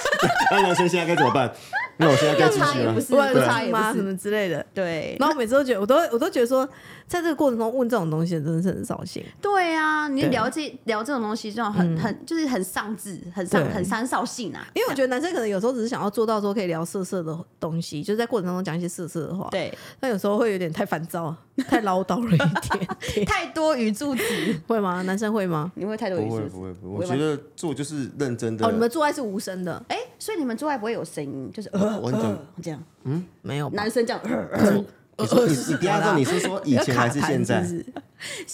[SPEAKER 3] 那男生现在该怎么办？那我现在该出
[SPEAKER 2] 要插
[SPEAKER 3] 去
[SPEAKER 2] 也
[SPEAKER 3] 了
[SPEAKER 2] 不。是
[SPEAKER 1] 问
[SPEAKER 2] 不差也不
[SPEAKER 1] 吗？
[SPEAKER 2] 是
[SPEAKER 1] 什么之类的。
[SPEAKER 2] 对，
[SPEAKER 1] 然后我每次都觉得，我都我都觉得说，在这个过程中问这种东西，真的是很扫兴。
[SPEAKER 2] 对啊，你
[SPEAKER 1] 对
[SPEAKER 2] 聊这聊这种东西，这种很很就是很丧志，很丧
[SPEAKER 1] 对
[SPEAKER 2] 很三少性啊。
[SPEAKER 1] 因为我觉得男生可能有时候只是想要做到说可以聊色色的东西，就是在过程当中讲一些色色的话。，
[SPEAKER 2] 对，
[SPEAKER 1] 但有时候会有点太烦躁，太唠叨了一点 点，
[SPEAKER 2] 太多语助词，
[SPEAKER 1] 会吗？男生会吗？
[SPEAKER 2] 你会太多语
[SPEAKER 3] 不
[SPEAKER 2] 助
[SPEAKER 3] 会
[SPEAKER 2] 词，
[SPEAKER 3] 不会不
[SPEAKER 2] 我
[SPEAKER 3] 会，我
[SPEAKER 2] 也
[SPEAKER 3] 觉得做就是认真的。
[SPEAKER 1] 哦，你们做爱是无声的，
[SPEAKER 2] 哎，所以你们做爱不会有声音，就是呃
[SPEAKER 3] 我懂
[SPEAKER 2] 呃这样，
[SPEAKER 1] 没有吧？
[SPEAKER 2] 男生这样呃呃
[SPEAKER 3] 你说你你不要让你是说以前还是现在
[SPEAKER 1] 要卡？痰是不是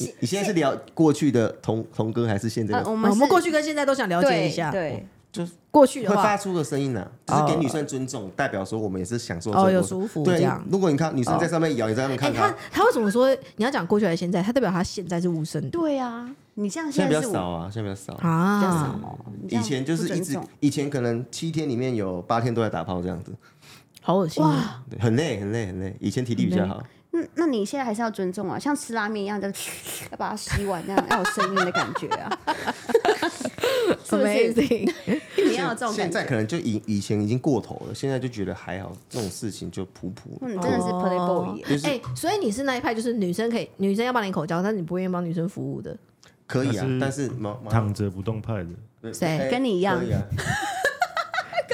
[SPEAKER 3] 你你现在是聊过去的童童哥还是现在
[SPEAKER 2] 呃，
[SPEAKER 3] 的？
[SPEAKER 1] 哦
[SPEAKER 2] 我
[SPEAKER 1] 我
[SPEAKER 2] 们
[SPEAKER 1] 们
[SPEAKER 2] 是
[SPEAKER 1] 过去跟现在都想了解
[SPEAKER 2] 对
[SPEAKER 1] 一下。
[SPEAKER 2] 对，
[SPEAKER 3] 就是
[SPEAKER 1] 过去
[SPEAKER 2] 啊
[SPEAKER 3] 会
[SPEAKER 1] 的
[SPEAKER 3] 发
[SPEAKER 1] 话，哎
[SPEAKER 3] 出个声音呢，只
[SPEAKER 2] 哦
[SPEAKER 3] 是给女生尊重，代表说我们也是享受这
[SPEAKER 1] 哦
[SPEAKER 3] 个
[SPEAKER 1] 有
[SPEAKER 3] 过程
[SPEAKER 1] 舒服
[SPEAKER 3] 对
[SPEAKER 1] 这样，
[SPEAKER 3] 如果你看女
[SPEAKER 2] 哦
[SPEAKER 3] 生在上面咬，你在上面
[SPEAKER 1] 哎、
[SPEAKER 3] 看
[SPEAKER 1] 他
[SPEAKER 3] 她，
[SPEAKER 1] 他为什么说你要讲过去还是现在？他代表他现在是无声的
[SPEAKER 2] 对啊，你这样
[SPEAKER 3] 现在比
[SPEAKER 2] 在
[SPEAKER 3] 较
[SPEAKER 2] 是
[SPEAKER 3] 少啊，现在比较少。
[SPEAKER 2] 比较少
[SPEAKER 1] 啊？
[SPEAKER 2] 哦，你这
[SPEAKER 3] 以
[SPEAKER 2] 样
[SPEAKER 3] 前就
[SPEAKER 2] 不
[SPEAKER 3] 是一
[SPEAKER 2] 尊
[SPEAKER 3] 直
[SPEAKER 2] 重，
[SPEAKER 3] 以前可能七天里面有八天都在打炮这样子，
[SPEAKER 1] 好恶心啊！
[SPEAKER 3] 对很累很累很累。以前体力比
[SPEAKER 2] 嗯
[SPEAKER 3] 较好，
[SPEAKER 2] 那那你现在还是要尊重啊，像吃拉面一样，就是 要把它吸完，这样要有声音的感觉啊，是不 是？
[SPEAKER 1] Amazing
[SPEAKER 2] 你要有这种
[SPEAKER 3] 现
[SPEAKER 2] 感
[SPEAKER 3] 在
[SPEAKER 2] 觉。
[SPEAKER 3] 可能就以以前已经过头了，现在就觉得还好，这种事情就普普
[SPEAKER 2] 嗯，
[SPEAKER 3] 了。
[SPEAKER 2] 你真的是 play
[SPEAKER 1] 哦
[SPEAKER 2] boy，耶
[SPEAKER 3] 就是
[SPEAKER 1] 哎、所以你是那一派，就是女生可以，女生要帮你口交，但是你不愿意帮女生服务的。
[SPEAKER 3] 可以啊，但
[SPEAKER 4] 但
[SPEAKER 3] 是毛毛
[SPEAKER 4] 躺着不动派的，
[SPEAKER 3] 对
[SPEAKER 1] 谁
[SPEAKER 3] 哎
[SPEAKER 2] 跟你一样
[SPEAKER 3] 可以啊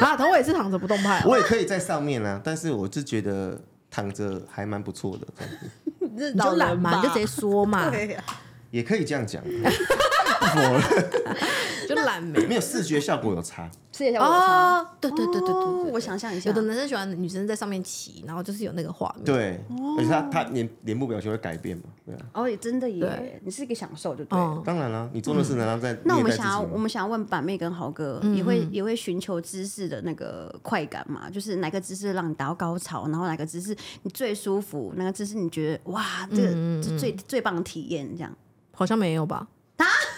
[SPEAKER 1] 马桶我啊也是躺着不动 派、哦，
[SPEAKER 3] 我也可以在上面啊，但是我就觉得躺着还蛮不错的，这样子
[SPEAKER 1] 你就懒嘛，你就直接说嘛，
[SPEAKER 3] 也可以这样讲，
[SPEAKER 1] 就懒没。
[SPEAKER 3] 没有视觉效果有差。
[SPEAKER 2] 试一下我的床。
[SPEAKER 1] 哦，对对对对对
[SPEAKER 2] 哦
[SPEAKER 1] 对
[SPEAKER 2] 我想象一下
[SPEAKER 1] 有的，男生喜欢女生在上面骑，然后就是有那个画面。
[SPEAKER 3] 对，而且他他脸脸部表情会改变嘛，对啊，
[SPEAKER 2] 哦，也真的耶
[SPEAKER 1] 对，哦
[SPEAKER 2] 你是一个享受就对了。
[SPEAKER 3] 当然啦，你做的事难道在
[SPEAKER 2] 哦那我
[SPEAKER 3] 虐
[SPEAKER 2] 们
[SPEAKER 3] 待自
[SPEAKER 2] 想要，
[SPEAKER 3] 己
[SPEAKER 2] 我
[SPEAKER 3] 吗？
[SPEAKER 2] 们想要问板妹跟豪哥，
[SPEAKER 1] 嗯
[SPEAKER 2] 也会也会寻求姿势的那个快感嘛？就是哪个姿势让你达到高潮，然后哪个姿势你最舒服，哪个姿势你觉得哇，这
[SPEAKER 1] 嗯
[SPEAKER 2] 个这最最棒的体验这样。
[SPEAKER 1] 好像没有吧？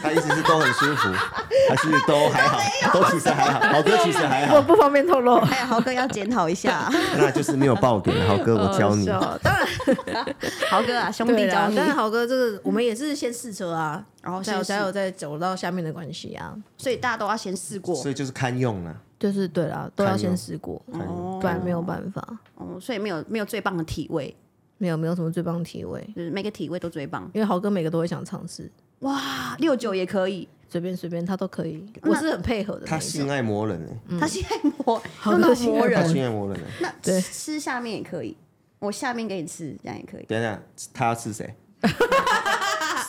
[SPEAKER 3] 他意思是都很舒 服，还是都还好，都其实还好，豪哥其实还
[SPEAKER 1] 我
[SPEAKER 3] 好，
[SPEAKER 1] 不方便透露。
[SPEAKER 2] 还有哎豪哥要检讨 一下，
[SPEAKER 3] 那就是没有爆点，豪哥我 教你
[SPEAKER 1] 好。笑当然，
[SPEAKER 2] 豪哥啊，兄弟
[SPEAKER 1] 对
[SPEAKER 2] 教
[SPEAKER 1] 啦
[SPEAKER 2] 你
[SPEAKER 1] 当。然，豪哥，这 个我们也是先试车啊，
[SPEAKER 2] 然后
[SPEAKER 1] 才
[SPEAKER 2] 先
[SPEAKER 1] 有
[SPEAKER 2] 试
[SPEAKER 1] 才有再走到下面的关系啊。
[SPEAKER 2] 所以大家都要先试过
[SPEAKER 3] 所以就是堪用啦，
[SPEAKER 1] 就是对啦，都要先试过，
[SPEAKER 3] 堪用。
[SPEAKER 1] 不然没有办法，
[SPEAKER 2] 哦，所以没有没有最棒的体位，
[SPEAKER 1] 没有没有什么最棒体位，
[SPEAKER 2] 就是每个体位都最棒。
[SPEAKER 1] 因为豪哥每个都会想尝试。
[SPEAKER 2] 哇，六九也可以，
[SPEAKER 1] 随便随便他都可以，我是很配合的那
[SPEAKER 3] 他
[SPEAKER 1] 一种。
[SPEAKER 3] 性爱魔人哎、
[SPEAKER 2] 他现在磨
[SPEAKER 1] 嗯好
[SPEAKER 2] 用到
[SPEAKER 1] 恶心
[SPEAKER 2] 磨
[SPEAKER 1] 哦
[SPEAKER 3] 他
[SPEAKER 2] 人，
[SPEAKER 3] 性爱魔人哎、
[SPEAKER 2] 那
[SPEAKER 1] 对
[SPEAKER 2] 吃下面也可以，我下面给你吃，这样也可以。
[SPEAKER 3] 等一下，他要吃谁？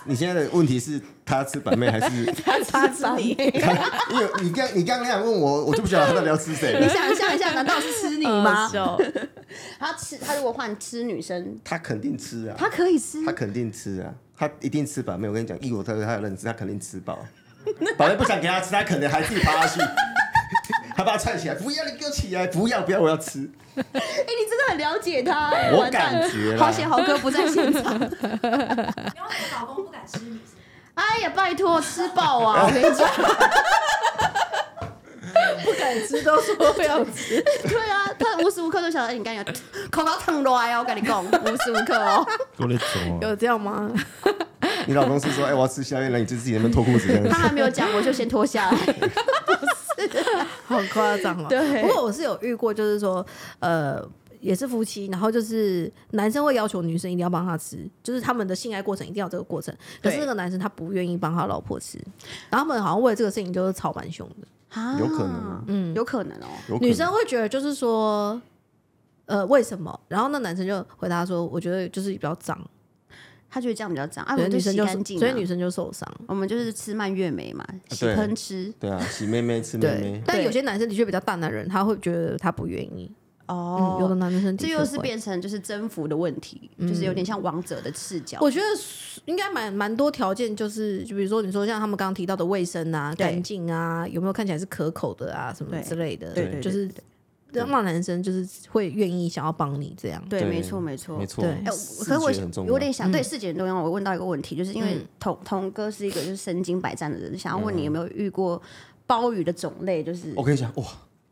[SPEAKER 3] 你现在的问题是他吃板妹还是？
[SPEAKER 2] 他吃你，
[SPEAKER 3] 因为你刚你刚刚那样问我，我就不晓得他到底要吃谁
[SPEAKER 2] 你
[SPEAKER 3] 了。
[SPEAKER 2] 想象一下，难道是吃你
[SPEAKER 1] 吗
[SPEAKER 2] 吗？？ 他吃他如果换吃女生，
[SPEAKER 3] 他肯定吃啊，
[SPEAKER 2] 他可以吃
[SPEAKER 3] 他，肯定吃啊，他一定吃板妹。我跟你讲，以我他他的认知，他肯定 吃饱。板妹不想给他吃，他可能还自己爬下去，还把他踹起来，不要你给我起来，不要不要，我要吃。
[SPEAKER 2] 哎、你真的很了解他、哎
[SPEAKER 3] 我
[SPEAKER 2] 完蛋
[SPEAKER 3] 感觉啦
[SPEAKER 2] 好险豪哥不在现场。
[SPEAKER 5] 然后你老公不敢吃你，
[SPEAKER 2] 哎呀，拜托，吃爆啊！我跟你讲，
[SPEAKER 1] 不敢吃都说不要吃，
[SPEAKER 2] 对啊，他无时无刻都想，哎、你干有口高烫落来哦，我跟你讲，无时无刻哦。
[SPEAKER 4] 我在走啊，
[SPEAKER 1] 有这样吗？
[SPEAKER 3] 你老公是说，哎、我要吃宵夜了，你就自己在那边脱裤子这样
[SPEAKER 2] 他
[SPEAKER 3] 子。
[SPEAKER 2] 还没有讲，我就先脱下来。
[SPEAKER 1] 好夸张哦。
[SPEAKER 2] 对
[SPEAKER 1] 不过我是有遇过，就是说，呃，也是夫妻，然后就是男生会要求女生一定要帮他吃，就是他们的性爱过程一定要有这个过程。可是
[SPEAKER 2] 对
[SPEAKER 1] 那个男生他不愿意帮他老婆吃，然后他们好像为了这个事情就是吵蛮凶的。
[SPEAKER 2] 啊
[SPEAKER 3] 有可能啊，
[SPEAKER 2] 嗯，有可能哦。
[SPEAKER 3] 有可能
[SPEAKER 1] 女生会觉得就是说，呃，为什么？然后那男生就回答说，我觉得就是比较脏，
[SPEAKER 2] 他觉得这样比较脏，啊，我
[SPEAKER 1] 所以
[SPEAKER 2] 们
[SPEAKER 1] 女生
[SPEAKER 2] 洗
[SPEAKER 1] 就
[SPEAKER 2] 干净、啊，
[SPEAKER 1] 所以女生就受伤。
[SPEAKER 2] 我们就是吃蔓越莓嘛，洗
[SPEAKER 3] 对
[SPEAKER 2] 喷吃。
[SPEAKER 3] 对啊，洗妹妹吃妹
[SPEAKER 1] 对
[SPEAKER 3] 妹，，
[SPEAKER 1] 但
[SPEAKER 2] 对
[SPEAKER 1] 有些男生的确比较大男人，他会觉得他不愿意。
[SPEAKER 2] 哦
[SPEAKER 1] 嗯，有的男生的
[SPEAKER 2] 这
[SPEAKER 1] 确
[SPEAKER 2] 又是
[SPEAKER 1] 会
[SPEAKER 2] 变成就是征服的问题，就是
[SPEAKER 3] 嗯
[SPEAKER 2] 有点像王者的视角。
[SPEAKER 1] 我觉得应该蛮蛮多条件，就是就比如说你说像他们刚刚提到的卫生啊、
[SPEAKER 2] 对
[SPEAKER 1] 干净啊，有没有看起来是可口的啊什么
[SPEAKER 2] 对
[SPEAKER 1] 之类的，
[SPEAKER 2] 对对对
[SPEAKER 1] 就是让男生就是会愿意想要帮你这样。
[SPEAKER 2] 对，
[SPEAKER 3] 对
[SPEAKER 2] 没错，没错，
[SPEAKER 3] 没错。
[SPEAKER 1] 对
[SPEAKER 2] 哎、我
[SPEAKER 3] 视
[SPEAKER 2] 可是我
[SPEAKER 3] 觉很重
[SPEAKER 2] 有
[SPEAKER 3] 要。嗯
[SPEAKER 2] 点想对视觉很重要。我问到一个问题，就是因为童童哥是一个就是身经百战的人，想要
[SPEAKER 3] 嗯
[SPEAKER 2] 问你有没有遇过鲍鱼的种类？ 就是
[SPEAKER 3] 我跟你讲，哇，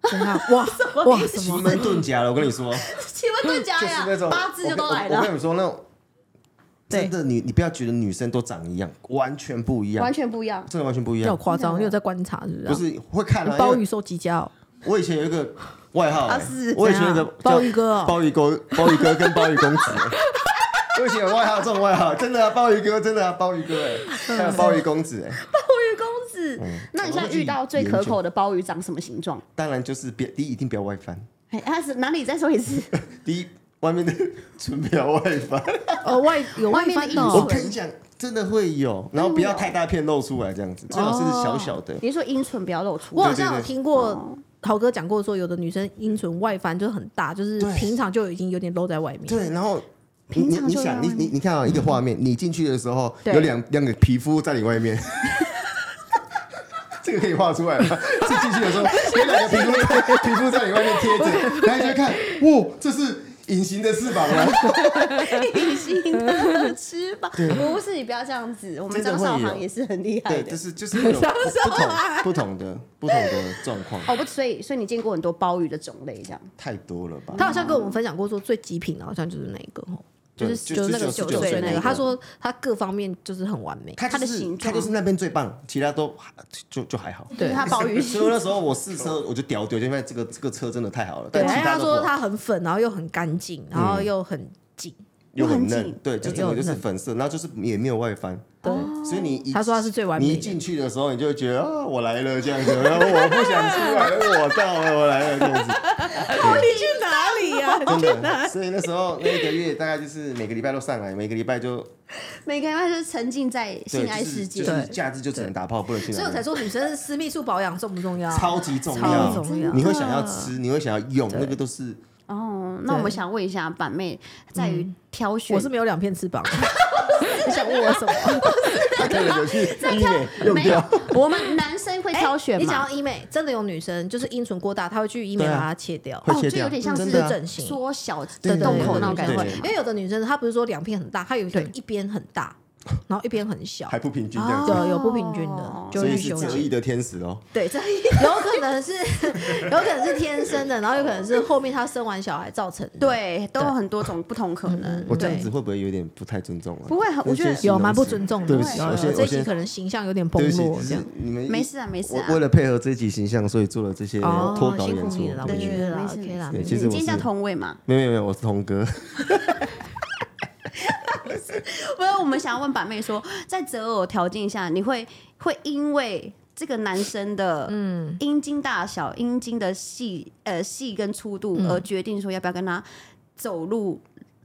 [SPEAKER 1] 怎样？哇哇 什
[SPEAKER 3] 奇
[SPEAKER 1] 么？
[SPEAKER 3] 门遁甲了，我跟你说。
[SPEAKER 2] 请问对家
[SPEAKER 3] 就是那
[SPEAKER 2] 哎呀，
[SPEAKER 3] 种
[SPEAKER 2] 八字就都来
[SPEAKER 3] 我跟我我
[SPEAKER 2] 了
[SPEAKER 3] 跟，你说，那种真的你你不要觉得女生都长一样，完全不一样
[SPEAKER 2] 完，全不一样。
[SPEAKER 3] 真的完全不一
[SPEAKER 1] 你好
[SPEAKER 3] 样。
[SPEAKER 1] 夸张！你有在观察是不是啊？
[SPEAKER 3] 不是会看
[SPEAKER 1] 你
[SPEAKER 3] 啊，
[SPEAKER 1] 鲍
[SPEAKER 3] 因
[SPEAKER 1] 鱼
[SPEAKER 3] 为
[SPEAKER 1] 收集家哦，
[SPEAKER 3] 我以前有一个外号、欸
[SPEAKER 2] 啊是
[SPEAKER 3] 我以前有一
[SPEAKER 1] 怎
[SPEAKER 3] 个
[SPEAKER 1] 样
[SPEAKER 3] 叫
[SPEAKER 1] 鲍鱼哥哦
[SPEAKER 3] 鲍鱼哥、鲍鱼哥跟鲍鱼公子、 欸我以前有外号，这种外号真的、啊，鲍鱼哥真的啊，鲍鱼哥哎、
[SPEAKER 2] 嗯
[SPEAKER 3] 欸，还有鲍鱼公子哎、欸，
[SPEAKER 2] 鲍鱼公子，
[SPEAKER 3] 嗯
[SPEAKER 2] 那你现在遇到最可口的鲍鱼长什么形状？
[SPEAKER 3] 当然就是别第一一定不要外翻，
[SPEAKER 2] 哎，他是哪里？再说一 次，
[SPEAKER 3] 第一外面的纯不要外翻。
[SPEAKER 1] 呃，外有外
[SPEAKER 2] 外面的
[SPEAKER 1] 翻
[SPEAKER 2] 衣
[SPEAKER 1] 的
[SPEAKER 3] 我
[SPEAKER 1] 哦
[SPEAKER 2] 服，
[SPEAKER 3] 跟你讲，真的会有，然后不要太大片露出来这样子，最好是小小的。
[SPEAKER 2] 你是说阴唇不要露出
[SPEAKER 1] 我
[SPEAKER 2] 来？
[SPEAKER 1] 好像有
[SPEAKER 3] 对对对
[SPEAKER 1] 听过豪哥讲过，说有的女生阴唇外翻就是很大，就是
[SPEAKER 3] 对
[SPEAKER 1] 平常就已经有点露在外面。
[SPEAKER 3] 对，然后你
[SPEAKER 2] 平
[SPEAKER 3] 你
[SPEAKER 2] 常
[SPEAKER 3] 你
[SPEAKER 2] 就在
[SPEAKER 3] 想，你
[SPEAKER 2] 外
[SPEAKER 3] 你
[SPEAKER 2] 面
[SPEAKER 3] 你看啊，一个画面，你进去的时候
[SPEAKER 2] 对
[SPEAKER 3] 有两两个皮肤在你外面， 这个可以画出来吗？是进去的时候有两个皮肤在 皮肤在你外面贴着，然后你就看，哇，这是隐形的翅膀吗？
[SPEAKER 2] 隐形的翅膀，不是你不要这样子。我们
[SPEAKER 3] 真
[SPEAKER 2] 张
[SPEAKER 3] 的会
[SPEAKER 2] 韶
[SPEAKER 3] 有
[SPEAKER 2] 涵也是很厉害
[SPEAKER 3] 对，
[SPEAKER 2] 的
[SPEAKER 3] 就。是就是那种
[SPEAKER 2] 啊
[SPEAKER 3] 不不同不同的不同的状况，
[SPEAKER 2] 哦不，所以所以你见过很多鲍鱼的种类，这样
[SPEAKER 3] 太多了吧？
[SPEAKER 1] 他好像跟我们分享过，说最极品的好像就是那一个哦，
[SPEAKER 3] 对
[SPEAKER 1] 是
[SPEAKER 3] 就
[SPEAKER 1] 那个
[SPEAKER 3] 就
[SPEAKER 1] 九
[SPEAKER 3] 99
[SPEAKER 1] 岁
[SPEAKER 2] 岁
[SPEAKER 1] 那
[SPEAKER 2] 那
[SPEAKER 1] 个。
[SPEAKER 2] 个
[SPEAKER 1] 他说他各方面就是很完美，
[SPEAKER 3] 他
[SPEAKER 2] 它的
[SPEAKER 3] 就是
[SPEAKER 2] 形
[SPEAKER 3] 他
[SPEAKER 2] 状
[SPEAKER 3] 就是那边最棒，其他都还就 就还好。
[SPEAKER 1] 对
[SPEAKER 2] 就是它鲍鱼
[SPEAKER 3] 所以那时候我试车，我就屌丢，就因为这个这个车真的太好了。
[SPEAKER 1] 对，
[SPEAKER 3] 但
[SPEAKER 1] 而
[SPEAKER 3] 其
[SPEAKER 1] 且他
[SPEAKER 3] 都
[SPEAKER 1] 说
[SPEAKER 3] 不好嗯
[SPEAKER 1] 他很粉，然后又很干净，然后又很紧。
[SPEAKER 3] 又很
[SPEAKER 2] 又很
[SPEAKER 3] 嫩
[SPEAKER 2] 紧，
[SPEAKER 3] 对，就
[SPEAKER 1] 对
[SPEAKER 3] 整个
[SPEAKER 1] 又
[SPEAKER 3] 就是
[SPEAKER 1] 很嫩
[SPEAKER 3] 粉色，然后就是也没有外翻，
[SPEAKER 1] 对，
[SPEAKER 3] 所以你一
[SPEAKER 1] 他说他是最完
[SPEAKER 3] 你
[SPEAKER 1] 美
[SPEAKER 3] 一
[SPEAKER 1] 的。
[SPEAKER 3] 进去的时候，你就会觉得啊，我来了这样子，然后我不想出来，我到了，我来了这样子，
[SPEAKER 1] 去哪里呀？
[SPEAKER 3] 真的。所以那时候那一个月大概就是每个礼拜都上来，每个礼拜就
[SPEAKER 2] 每个人他就是沉浸在
[SPEAKER 3] 对
[SPEAKER 2] 性爱世界，
[SPEAKER 3] 就是就
[SPEAKER 1] 对
[SPEAKER 3] 是假日就只能打炮，不能去哪
[SPEAKER 1] 所以
[SPEAKER 3] 里。
[SPEAKER 1] 我才说女生的私密处保养重不重要？啊
[SPEAKER 3] 超级重
[SPEAKER 1] 超
[SPEAKER 3] 要，
[SPEAKER 1] 重要
[SPEAKER 3] 你会想要吃，你会想要用，那个 都是
[SPEAKER 2] 哦，那我们想问一下板妹，在
[SPEAKER 3] 嗯
[SPEAKER 2] 于挑选，
[SPEAKER 1] 我是没有两片翅 膀，你想问我什么？
[SPEAKER 3] 他可能有去医美用
[SPEAKER 2] 没有
[SPEAKER 3] 掉。，
[SPEAKER 2] 我们男生会挑选
[SPEAKER 1] 哎你讲
[SPEAKER 2] 嘛？
[SPEAKER 1] 到医美，真的有女生就是阴唇过大，她会去医美
[SPEAKER 3] 对
[SPEAKER 1] 把
[SPEAKER 3] 啊
[SPEAKER 1] 它切掉。
[SPEAKER 3] 会
[SPEAKER 2] 哦，
[SPEAKER 3] 切
[SPEAKER 2] 就
[SPEAKER 3] 掉
[SPEAKER 2] 有点像
[SPEAKER 1] 真
[SPEAKER 2] 是
[SPEAKER 1] 的啊真的整形
[SPEAKER 2] 缩小
[SPEAKER 3] 对
[SPEAKER 2] 的洞口那种感
[SPEAKER 3] 对
[SPEAKER 2] 觉
[SPEAKER 3] 对
[SPEAKER 1] 因
[SPEAKER 2] 嘛。
[SPEAKER 1] 为有的女生她不是说两片很大，她有可能一边很大，然后一边很小
[SPEAKER 3] 还，不平均这样子，
[SPEAKER 1] 有有不平均的
[SPEAKER 2] 哦，
[SPEAKER 1] 就
[SPEAKER 3] 所
[SPEAKER 1] 会
[SPEAKER 3] 以
[SPEAKER 1] 去
[SPEAKER 3] 是
[SPEAKER 1] 修
[SPEAKER 3] 折
[SPEAKER 1] 剪
[SPEAKER 3] 翼。的天使哦。
[SPEAKER 1] 对， 这有可能是 有可能是天生的，然后有可能是后面他生完小孩造成的。
[SPEAKER 2] 对，都有很多种不同可能。
[SPEAKER 3] 我这样子
[SPEAKER 1] 对
[SPEAKER 3] 会不会有点不太尊重啊？
[SPEAKER 2] 不会很我觉得
[SPEAKER 3] 有些形
[SPEAKER 1] 有
[SPEAKER 3] 容词
[SPEAKER 1] 蛮不尊重的。
[SPEAKER 3] 对不起，
[SPEAKER 1] 有有
[SPEAKER 3] 我先
[SPEAKER 1] 这
[SPEAKER 3] 我
[SPEAKER 1] 一集
[SPEAKER 3] 先
[SPEAKER 1] 可能形象有点崩
[SPEAKER 3] 对不
[SPEAKER 1] 落，这
[SPEAKER 3] 起，只
[SPEAKER 1] 样
[SPEAKER 3] 是你们
[SPEAKER 2] 没事啊，没事啊
[SPEAKER 3] 我。为了配合这一集形象，所以做了这些
[SPEAKER 1] 哦，
[SPEAKER 3] 脱稿
[SPEAKER 1] 辛苦
[SPEAKER 3] 演出。
[SPEAKER 1] 你了啦，我
[SPEAKER 3] 对
[SPEAKER 1] 觉得啦
[SPEAKER 2] 没事
[SPEAKER 1] ，OK 啦，
[SPEAKER 3] 没
[SPEAKER 1] 没
[SPEAKER 3] 事
[SPEAKER 1] 事
[SPEAKER 3] 其实
[SPEAKER 2] 你
[SPEAKER 3] 我
[SPEAKER 2] 今天
[SPEAKER 3] 是
[SPEAKER 2] 叫同位嘛？
[SPEAKER 3] 没有没有没有，我是童哥，
[SPEAKER 2] 没有，我们想要问板妹说，在择偶条件下，你会会因为这个男生的嗯阴茎大小、阴茎的细呃细跟粗度而
[SPEAKER 1] 嗯
[SPEAKER 2] 决定说要不要跟他走路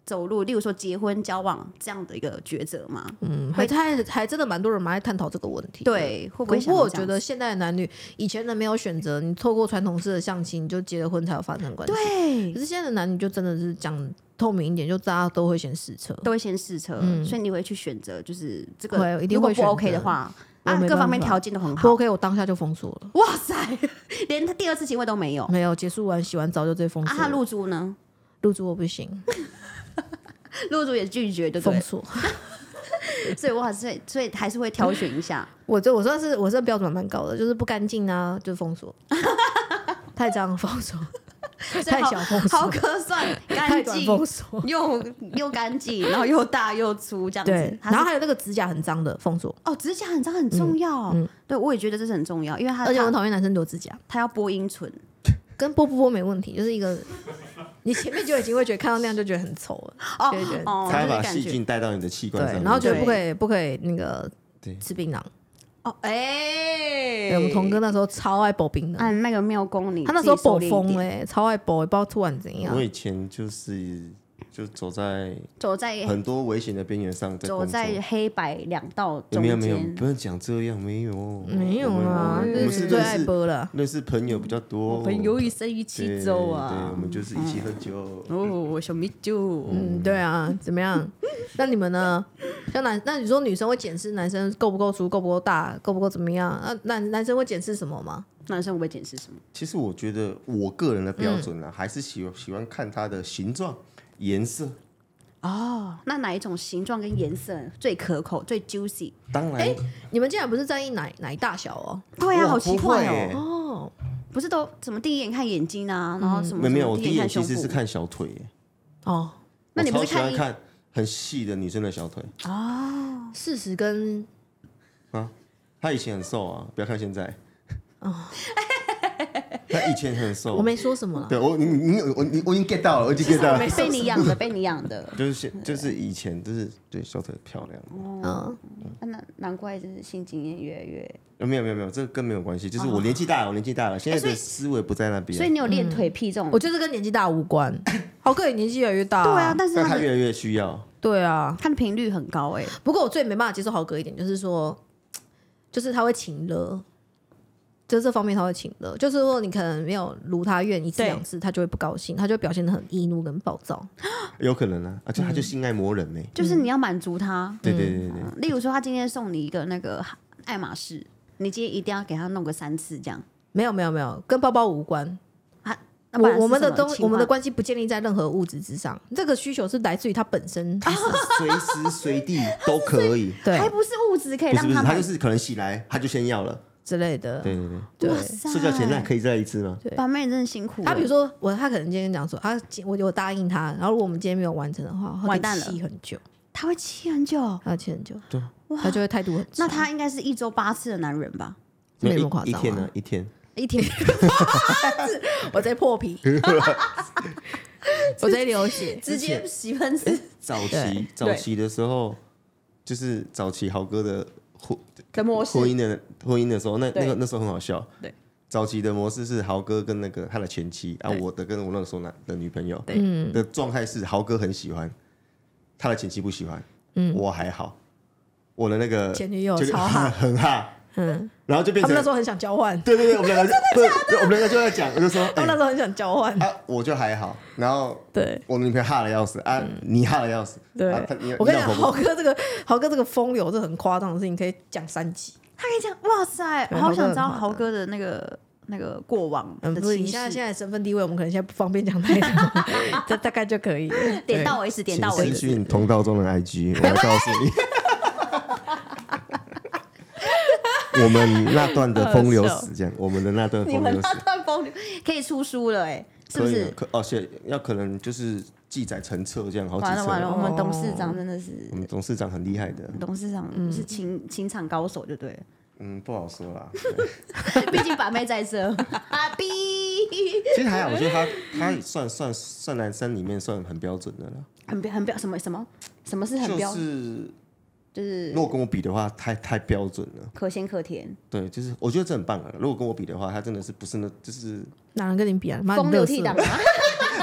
[SPEAKER 2] 走路，例如说结婚交往这样的一个抉择吗？
[SPEAKER 1] 嗯，还还还真的蛮多人蛮爱探讨这个问题的。
[SPEAKER 2] 对，会不
[SPEAKER 1] 不
[SPEAKER 2] 会想
[SPEAKER 1] 过
[SPEAKER 2] 要
[SPEAKER 1] 我
[SPEAKER 2] 这
[SPEAKER 1] 觉
[SPEAKER 2] 样子？
[SPEAKER 1] 得现代的男女，以前的没有选择，你透过传统式的相亲，你就结了婚才有发生关系。
[SPEAKER 2] 对
[SPEAKER 1] 可，是现在的男女就真的是讲透明一点，就大家都会先试车。
[SPEAKER 2] 都会先试车，所以你会去选择，就是这个
[SPEAKER 1] 嗯会一定
[SPEAKER 2] 如果
[SPEAKER 1] 会
[SPEAKER 2] 不
[SPEAKER 1] 选
[SPEAKER 2] OK 的
[SPEAKER 1] 择
[SPEAKER 2] 话，
[SPEAKER 1] 我
[SPEAKER 2] 啊，
[SPEAKER 1] 没
[SPEAKER 2] 各
[SPEAKER 1] 办
[SPEAKER 2] 方面
[SPEAKER 1] 法
[SPEAKER 2] 条件都很
[SPEAKER 1] 不
[SPEAKER 2] 好。
[SPEAKER 1] OK，我当下就封锁了。
[SPEAKER 2] 哇塞， 连他第二次机会都没有。
[SPEAKER 1] 没有结束完洗完澡就直接封
[SPEAKER 2] 啊，
[SPEAKER 1] 锁
[SPEAKER 2] 他
[SPEAKER 1] 了。
[SPEAKER 2] 入住呢？
[SPEAKER 1] 入住我不行，
[SPEAKER 2] 入住也拒绝，对不
[SPEAKER 1] 封
[SPEAKER 2] 对？
[SPEAKER 1] 锁。
[SPEAKER 2] 所以我还是会，所以还是会挑选一 下。
[SPEAKER 1] 我这我算是我这标准蛮高的，就是不干净啊，就封锁。 太脏封锁，太小封锁，
[SPEAKER 2] 好可算，
[SPEAKER 1] 太
[SPEAKER 2] 干
[SPEAKER 1] 短
[SPEAKER 2] 净
[SPEAKER 1] 封锁。
[SPEAKER 2] 又又干净，然后又大又粗这样子
[SPEAKER 1] 对，。
[SPEAKER 2] 它
[SPEAKER 1] 然
[SPEAKER 2] 是
[SPEAKER 1] 后还有那个指甲很脏的封锁，
[SPEAKER 2] 哦，指甲很脏很重要，对我也觉得这是很重要，因为他
[SPEAKER 1] 嗯而且我很
[SPEAKER 2] 他
[SPEAKER 1] 讨厌男生留指甲。
[SPEAKER 2] 他要播音唇，
[SPEAKER 1] 跟波不波没问题，就是一个你前面就已经会觉得看到那样就觉得很丑了，
[SPEAKER 2] 哦
[SPEAKER 1] 就会觉得
[SPEAKER 2] 哦，
[SPEAKER 3] 他
[SPEAKER 2] 就是
[SPEAKER 3] 把
[SPEAKER 2] 感
[SPEAKER 3] 细
[SPEAKER 2] 觉
[SPEAKER 3] 菌带到你的器
[SPEAKER 1] 对
[SPEAKER 3] 官上，面，
[SPEAKER 1] 然后觉得
[SPEAKER 2] 对
[SPEAKER 1] 不可以不可以那个
[SPEAKER 3] 对
[SPEAKER 1] 吃槟榔。
[SPEAKER 2] 哦，哎
[SPEAKER 1] 对，我们童哥那时候超爱剥槟榔，
[SPEAKER 2] 按那个庙公你
[SPEAKER 1] 他那时候
[SPEAKER 2] 哎自
[SPEAKER 1] 剥
[SPEAKER 2] 己收敛
[SPEAKER 1] 疯
[SPEAKER 2] 一点，
[SPEAKER 1] 嘞，超爱剥，也不知道突然怎样
[SPEAKER 3] 我。以前就是就走在
[SPEAKER 2] 走在
[SPEAKER 3] 很多危险的边缘上，在
[SPEAKER 2] 走
[SPEAKER 3] 工作
[SPEAKER 2] 在黑白两道
[SPEAKER 3] 欸
[SPEAKER 2] 中
[SPEAKER 3] 没有没有，
[SPEAKER 2] 间，
[SPEAKER 3] 不要讲这样，没有
[SPEAKER 1] 没有啊，
[SPEAKER 3] 我们我
[SPEAKER 1] 就
[SPEAKER 3] 们
[SPEAKER 1] 是
[SPEAKER 3] 是
[SPEAKER 1] 最
[SPEAKER 3] 认
[SPEAKER 1] 爱啊
[SPEAKER 3] 识
[SPEAKER 1] 剥了。
[SPEAKER 3] 认识朋友比较多，
[SPEAKER 2] 哦一生一啊
[SPEAKER 3] 对对，我们就是一起喝酒，
[SPEAKER 2] 哦，小米酒，
[SPEAKER 1] 嗯，对啊，怎么样？那你们呢？像男，那你说女生会检视男生够不够粗、够不够大、够不够怎么样？啊那男男生会检视什么吗？
[SPEAKER 2] 男生会不会解释什么？
[SPEAKER 3] 其实我觉得我个人的标准呢、还是喜欢喜欢看它的形状、颜色。
[SPEAKER 2] 哦，那哪一种形状跟颜色最可口、最 juicy？
[SPEAKER 3] 当然，
[SPEAKER 1] 你们竟然不是在意奶奶大小哦？
[SPEAKER 2] 对啊，
[SPEAKER 3] 我
[SPEAKER 2] 好奇怪
[SPEAKER 3] 不会
[SPEAKER 2] 哦，
[SPEAKER 3] 欸
[SPEAKER 1] 哦，
[SPEAKER 2] 不是都怎么第一眼看眼睛啊，然后什么
[SPEAKER 3] 嗯没有没有，我
[SPEAKER 2] 什么
[SPEAKER 3] 第一
[SPEAKER 2] 一
[SPEAKER 3] 眼
[SPEAKER 2] 眼
[SPEAKER 3] 其
[SPEAKER 2] 胸
[SPEAKER 3] 实是
[SPEAKER 2] 部？
[SPEAKER 3] 看小腿、欸，
[SPEAKER 1] 哦，
[SPEAKER 2] 那你
[SPEAKER 3] 我
[SPEAKER 2] 不
[SPEAKER 3] 超
[SPEAKER 2] 是
[SPEAKER 3] 喜欢
[SPEAKER 2] 看一
[SPEAKER 3] 看很细的女生的小腿。
[SPEAKER 1] 事实跟
[SPEAKER 3] 她以前很瘦啊，不要看现在。哦， 她以前很瘦。
[SPEAKER 1] 我没说什么啦。
[SPEAKER 3] 对我你你你我你我已经 get 到了，我已经 get 到了。
[SPEAKER 2] 被你养的，被你养 的，
[SPEAKER 3] 就是现就是以前就是对小腿漂亮，
[SPEAKER 1] 嗯，
[SPEAKER 2] 啊那难怪就是性经验越来越。
[SPEAKER 3] 呃没有没有没有，这个跟没有关系，就是我年纪大了，我年纪大了，现在的思维不在那
[SPEAKER 2] 哦
[SPEAKER 3] 边，
[SPEAKER 2] 所以你有练腿屁这种
[SPEAKER 1] 我？觉得这跟年纪大无关。豪哥也年纪越来越大、
[SPEAKER 2] 对啊，，但是
[SPEAKER 3] 但
[SPEAKER 2] 他
[SPEAKER 3] 他
[SPEAKER 2] 的
[SPEAKER 3] 越来越需要。
[SPEAKER 1] 对啊。
[SPEAKER 2] 他的频率很高哎，
[SPEAKER 1] 不过我最没办法接受豪哥一点，就是说，就是他会请了，就是这方面他会请了，就是说你可能没有如他愿一次
[SPEAKER 2] 对
[SPEAKER 1] 两次，他就会不高兴，他就会表现的很易怒跟暴躁。
[SPEAKER 3] 有可能啊，啊，就他就性爱魔人呢、
[SPEAKER 2] 就是你要满足他。
[SPEAKER 3] 对对对对对，
[SPEAKER 2] 嗯例如说，他今天送你一个那个爱马仕，你今天一定要给他弄个三次这样。
[SPEAKER 1] 没有没有没有，跟包包无关。
[SPEAKER 2] 啊，那不然
[SPEAKER 1] 我
[SPEAKER 2] 是
[SPEAKER 1] 我们的
[SPEAKER 2] 什么
[SPEAKER 1] 东
[SPEAKER 2] 情
[SPEAKER 1] 我们的
[SPEAKER 2] 况
[SPEAKER 1] 关系不建立在任何物质之上，这个需求是来自于他本 身。
[SPEAKER 3] 随时随地都可以。
[SPEAKER 1] 对
[SPEAKER 2] 还不是物质可以
[SPEAKER 3] 哎不是
[SPEAKER 2] 让
[SPEAKER 3] 不是，他
[SPEAKER 2] 满
[SPEAKER 3] 就
[SPEAKER 2] 足。
[SPEAKER 3] 是可能起来他就先要了，
[SPEAKER 1] 之类的，
[SPEAKER 3] 对对对，
[SPEAKER 1] 对
[SPEAKER 2] 哇塞！
[SPEAKER 3] 睡觉前那可以再一次吗？
[SPEAKER 2] 板妹真的辛苦了。
[SPEAKER 1] 他比如说我，他可能今天讲说，他今我我答应他，然后如果我们今天没有完成的话，他
[SPEAKER 2] 完蛋
[SPEAKER 1] 会
[SPEAKER 2] 了
[SPEAKER 1] 气很久，
[SPEAKER 2] 他会气很久，
[SPEAKER 1] 他会气很久，
[SPEAKER 3] 对，
[SPEAKER 1] 他就会态度很差。
[SPEAKER 2] 那他应该是一周八次的男人吧？
[SPEAKER 1] 没有那
[SPEAKER 3] 一
[SPEAKER 1] 么夸
[SPEAKER 3] 一
[SPEAKER 1] 张
[SPEAKER 3] 天呢
[SPEAKER 1] 啊，，
[SPEAKER 3] 一天。
[SPEAKER 1] 一 天， 我在破 皮，我在流血，
[SPEAKER 2] 直接洗喷子
[SPEAKER 3] 早
[SPEAKER 1] 对
[SPEAKER 3] 期早期的时候，就是早期豪哥的婚
[SPEAKER 2] 的模式
[SPEAKER 3] 婚姻的婚姻的时候，那
[SPEAKER 2] 对
[SPEAKER 3] 那个那时候很好笑。
[SPEAKER 2] 对，
[SPEAKER 3] 早期的模式是豪哥跟那个他的前妻啊，
[SPEAKER 2] 对
[SPEAKER 3] 我的跟我那个时候男的女朋友的
[SPEAKER 1] 嗯
[SPEAKER 3] 状态是豪哥很喜欢，他的前妻不喜欢，嗯，我还好，我的那个
[SPEAKER 1] 前女友
[SPEAKER 3] 就
[SPEAKER 1] 超哈
[SPEAKER 3] 很哈，
[SPEAKER 1] 嗯，
[SPEAKER 3] 然后就变
[SPEAKER 1] 他们
[SPEAKER 3] 成
[SPEAKER 1] 那时候很想交换，
[SPEAKER 3] 对对对，我们两个就对，对我们两个就在讲，我就说，
[SPEAKER 1] 他们那
[SPEAKER 3] 哎
[SPEAKER 1] 时候很想交换，
[SPEAKER 3] 啊，我就还好，然后
[SPEAKER 1] 对。
[SPEAKER 3] 我女朋友哈的要死啊，
[SPEAKER 2] 嗯
[SPEAKER 3] 你哈的要死，
[SPEAKER 1] 对
[SPEAKER 3] 啊他你，
[SPEAKER 1] 我跟你
[SPEAKER 3] 老
[SPEAKER 1] 讲，
[SPEAKER 3] 婆不
[SPEAKER 1] 豪哥这个豪哥这个风流是很夸张的事情，可以讲三集。
[SPEAKER 2] 他可以讲哇塞，
[SPEAKER 1] 对
[SPEAKER 2] 我好想知道
[SPEAKER 1] 豪
[SPEAKER 2] 豪
[SPEAKER 1] 哥
[SPEAKER 2] 哥的那个那个过往
[SPEAKER 1] 嗯，
[SPEAKER 2] 的
[SPEAKER 1] 不是，
[SPEAKER 2] 情
[SPEAKER 1] 你现在
[SPEAKER 2] 史
[SPEAKER 1] 现。在身份地位，我们可能现在不方便讲太 多， 这大概就可以了。
[SPEAKER 2] 点到为止，点到为
[SPEAKER 3] 请私
[SPEAKER 2] 止。
[SPEAKER 3] 讯同道中的 IG，我会告诉你。我们那段的风流史，这样，我们的那段
[SPEAKER 2] 你
[SPEAKER 3] 风
[SPEAKER 2] 们
[SPEAKER 3] 流
[SPEAKER 2] 那
[SPEAKER 3] 史
[SPEAKER 2] 段风流可以出书了哎，是不
[SPEAKER 3] 可以
[SPEAKER 2] 是，？
[SPEAKER 3] 可而且要可能就是记载成册这样，啊好几
[SPEAKER 2] 完了完了，
[SPEAKER 3] 册。
[SPEAKER 2] 我们董事长真的是
[SPEAKER 3] 我们董事长很厉害的，
[SPEAKER 2] 董事长是情情场高手，就对了。
[SPEAKER 3] 嗯，不好说啦。
[SPEAKER 2] 毕竟板妹在这， 阿 B。
[SPEAKER 3] 其实还好，我觉得他他算算算男生里面算很标准的啦，
[SPEAKER 2] 很标很标什么什么什么是很标？
[SPEAKER 3] 就是
[SPEAKER 2] 就是
[SPEAKER 3] 如果跟我比的话，太太标准了。
[SPEAKER 2] 可咸可甜，
[SPEAKER 3] 对，就是我觉得这很棒了。啊如果跟我比的话，他真的是不是那，就是
[SPEAKER 1] 哪能跟你比啊？妈，
[SPEAKER 2] 风
[SPEAKER 1] 你
[SPEAKER 2] 流
[SPEAKER 1] 乐
[SPEAKER 2] 倜
[SPEAKER 1] 色
[SPEAKER 2] 傥，啊！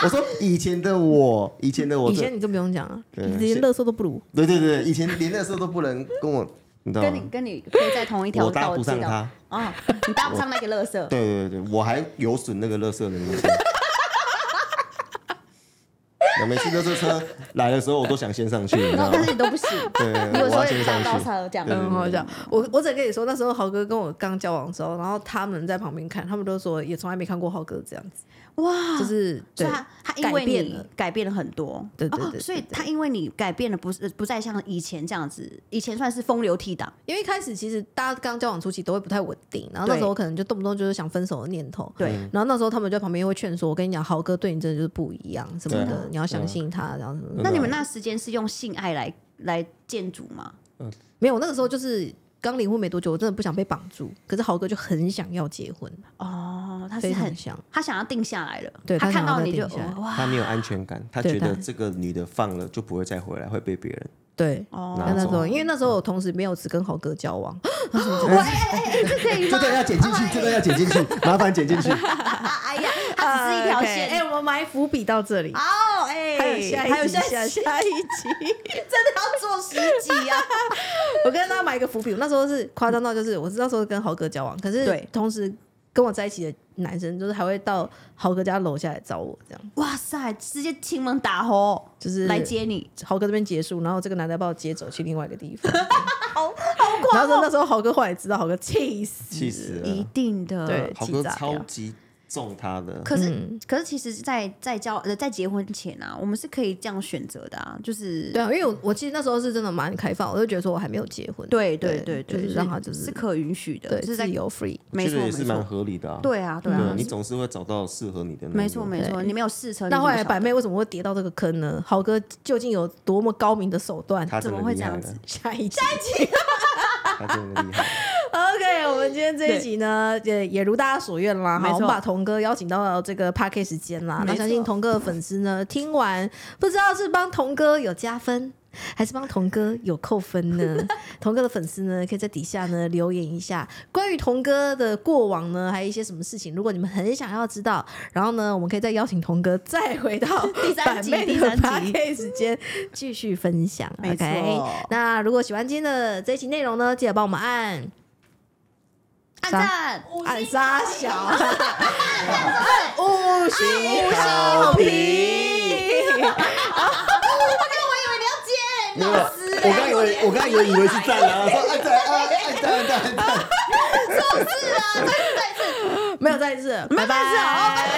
[SPEAKER 3] 我说以前的我，以前的我
[SPEAKER 1] 以
[SPEAKER 3] 这，
[SPEAKER 1] 前你更不用讲啊，
[SPEAKER 3] 对
[SPEAKER 1] 你连乐色都不如。
[SPEAKER 3] 对对对，以前连那时候都不能跟我，你知道
[SPEAKER 2] 跟你
[SPEAKER 3] 吗？
[SPEAKER 2] 跟你可以在同一条
[SPEAKER 3] 我搭
[SPEAKER 2] 道，
[SPEAKER 3] 不
[SPEAKER 2] 知
[SPEAKER 3] 上
[SPEAKER 2] 道
[SPEAKER 3] 他。
[SPEAKER 2] 啊，你搭不上那个乐色，
[SPEAKER 3] 对对对，我还有损那个垃圾的名声。那每次垃圾车来的时候，我都想先上去，你知
[SPEAKER 2] 然
[SPEAKER 3] 道
[SPEAKER 2] 后
[SPEAKER 3] 吗
[SPEAKER 2] 但？是你都不行，
[SPEAKER 3] 对，
[SPEAKER 2] 你有
[SPEAKER 3] 我
[SPEAKER 2] 时候
[SPEAKER 3] 要
[SPEAKER 2] 也
[SPEAKER 3] 先
[SPEAKER 2] 搭
[SPEAKER 3] 上
[SPEAKER 2] 高
[SPEAKER 3] 去。
[SPEAKER 2] 潮这样。
[SPEAKER 3] 对
[SPEAKER 1] 嗯，很 好笑。我我只跟你说，那时候豪哥跟我刚交往的时候，然后他们在旁边看，他们都说也从来没看过豪哥这样子，
[SPEAKER 2] 哇，
[SPEAKER 1] 就是对
[SPEAKER 2] 所以他他因为
[SPEAKER 1] 改变
[SPEAKER 2] 你
[SPEAKER 1] 了
[SPEAKER 2] 改变了很多，
[SPEAKER 1] 对对对对
[SPEAKER 2] 哦，所以他因为你改变了，不是不再像以前这样子，以前算是风流倜傥，
[SPEAKER 1] 因为一开始其实大家刚交往初期都会不太稳定，然后那
[SPEAKER 2] 对
[SPEAKER 1] 时候可能就动不动就是想分手的念头。
[SPEAKER 2] 对，
[SPEAKER 3] 嗯
[SPEAKER 1] 然后那时候他们就在旁边会劝说，我跟你讲，豪哥对你真的就是不一样什么
[SPEAKER 3] 对啊
[SPEAKER 1] 的，你要相信他，然后什么的。
[SPEAKER 2] 那你们那时间是用性爱来来建筑吗？
[SPEAKER 1] 没有，那个时候就是刚离婚没多久，我真的不想被绑住，可是豪哥就很想要结婚，
[SPEAKER 2] 哦，他是
[SPEAKER 1] 非常
[SPEAKER 2] 很
[SPEAKER 1] 想。
[SPEAKER 2] 他想要定下来了，
[SPEAKER 1] 对
[SPEAKER 2] 他
[SPEAKER 1] 他
[SPEAKER 2] 看
[SPEAKER 1] 想要
[SPEAKER 2] 到
[SPEAKER 1] 再
[SPEAKER 2] 你就哦
[SPEAKER 1] 定下来
[SPEAKER 2] 哇
[SPEAKER 3] 他没有安全感，他
[SPEAKER 1] 对
[SPEAKER 3] 觉得
[SPEAKER 1] 他
[SPEAKER 3] 这个女的放了就不会再回来，会被别人。
[SPEAKER 1] 对，
[SPEAKER 2] 哦，
[SPEAKER 1] 那那时候
[SPEAKER 3] 哦
[SPEAKER 1] 因为那时候我同时没有只跟豪哥交往，
[SPEAKER 2] 这可以
[SPEAKER 3] 这
[SPEAKER 2] 吗？
[SPEAKER 3] 段要剪进去，这段要剪进去，麻烦剪进去。
[SPEAKER 2] 啊哎呀，它只是一条线。
[SPEAKER 1] 哎，我们埋伏笔到这里。
[SPEAKER 2] 哦，哎，
[SPEAKER 1] 还有下一集，
[SPEAKER 2] 还有下一集，
[SPEAKER 1] 下一集，
[SPEAKER 2] 真的要做十集啊！
[SPEAKER 1] 我跟大家埋一个伏笔。我那时候是夸张到，就是我是那时候跟豪哥交往，可是
[SPEAKER 2] 对
[SPEAKER 1] 同时跟我在一起的男生，就是还会到豪哥家楼下来找我，这样
[SPEAKER 2] 哇塞，直接亲门打吼，
[SPEAKER 1] 就是
[SPEAKER 2] 来接你，
[SPEAKER 1] 豪哥这边结束，然后这个男的把我接走去另外一个地 方，好好
[SPEAKER 2] 哦
[SPEAKER 1] 然后那时候豪哥后来知道，豪哥气死，
[SPEAKER 3] 气死了
[SPEAKER 2] 一定的。
[SPEAKER 1] 啊对
[SPEAKER 3] 豪哥
[SPEAKER 1] 气炸
[SPEAKER 3] 超
[SPEAKER 1] 掉
[SPEAKER 3] 级重他的，
[SPEAKER 2] 可是，可是，其实在，在交呃在结婚前啊，我们是可以这样选择的啊，就是
[SPEAKER 1] 对啊，因为我我其实那时候是真的蛮开放，我就觉得说我还没有结婚，
[SPEAKER 2] 对对对，
[SPEAKER 1] 就
[SPEAKER 2] 对
[SPEAKER 1] 是让他就是
[SPEAKER 2] 是可允许的，
[SPEAKER 1] 对
[SPEAKER 2] 就是
[SPEAKER 1] 自
[SPEAKER 2] 在嗯
[SPEAKER 1] 由 free，
[SPEAKER 2] 没
[SPEAKER 3] 觉
[SPEAKER 2] 错
[SPEAKER 3] 得
[SPEAKER 2] 没
[SPEAKER 3] 也是蛮
[SPEAKER 2] 错，
[SPEAKER 3] 合理的啊。
[SPEAKER 2] 对啊对
[SPEAKER 3] 对
[SPEAKER 2] 啊
[SPEAKER 3] 啊，你，总是会找到适合你的那个。
[SPEAKER 2] 没错没错，
[SPEAKER 1] 对
[SPEAKER 2] 你没有试车，
[SPEAKER 1] 那后
[SPEAKER 2] 你
[SPEAKER 1] 来
[SPEAKER 2] 怎么晓
[SPEAKER 1] 板
[SPEAKER 2] 得
[SPEAKER 1] 妹为什么会跌到这个坑呢？豪哥究竟有多么高明的手段？
[SPEAKER 3] 他
[SPEAKER 2] 怎
[SPEAKER 3] 真
[SPEAKER 2] 么
[SPEAKER 3] 的
[SPEAKER 2] 会
[SPEAKER 3] 厉
[SPEAKER 2] 这
[SPEAKER 3] 害
[SPEAKER 2] 样
[SPEAKER 3] 了，
[SPEAKER 2] 子？
[SPEAKER 1] 下一集，
[SPEAKER 3] 他真的厉 害了。
[SPEAKER 1] OK，我们今天这一集呢，也也如大家所愿啦，
[SPEAKER 2] 没
[SPEAKER 1] 好，我们
[SPEAKER 2] 错
[SPEAKER 1] 把童哥邀请到了这个 p a r k 时间啦。
[SPEAKER 2] 没
[SPEAKER 1] 那
[SPEAKER 2] 错
[SPEAKER 1] 相信童哥的粉丝呢，听完不知道是帮童哥有加分。还是帮童哥有扣分呢？ 童哥的粉丝呢，可以在底下呢留言一下关于童哥的过往呢，还有一些什么事情，如果你们很想要知道，然后呢，我们可以再邀请童哥再回到
[SPEAKER 2] 第三集
[SPEAKER 1] 版妹
[SPEAKER 2] 第
[SPEAKER 1] 的
[SPEAKER 2] 三集
[SPEAKER 1] podcast 时间继续分享。
[SPEAKER 2] 没错
[SPEAKER 1] OK，那如果喜欢今天的这一期内容呢，记得帮我们按
[SPEAKER 2] 按赞，哦
[SPEAKER 1] 暗杀小， 五星好评。
[SPEAKER 3] 没有，啊
[SPEAKER 2] 啊
[SPEAKER 3] 我刚以为我刚以为以为是赞啊，说按赞啊，按赞按赞按赞。
[SPEAKER 1] 没有再一次，拜拜，拜拜。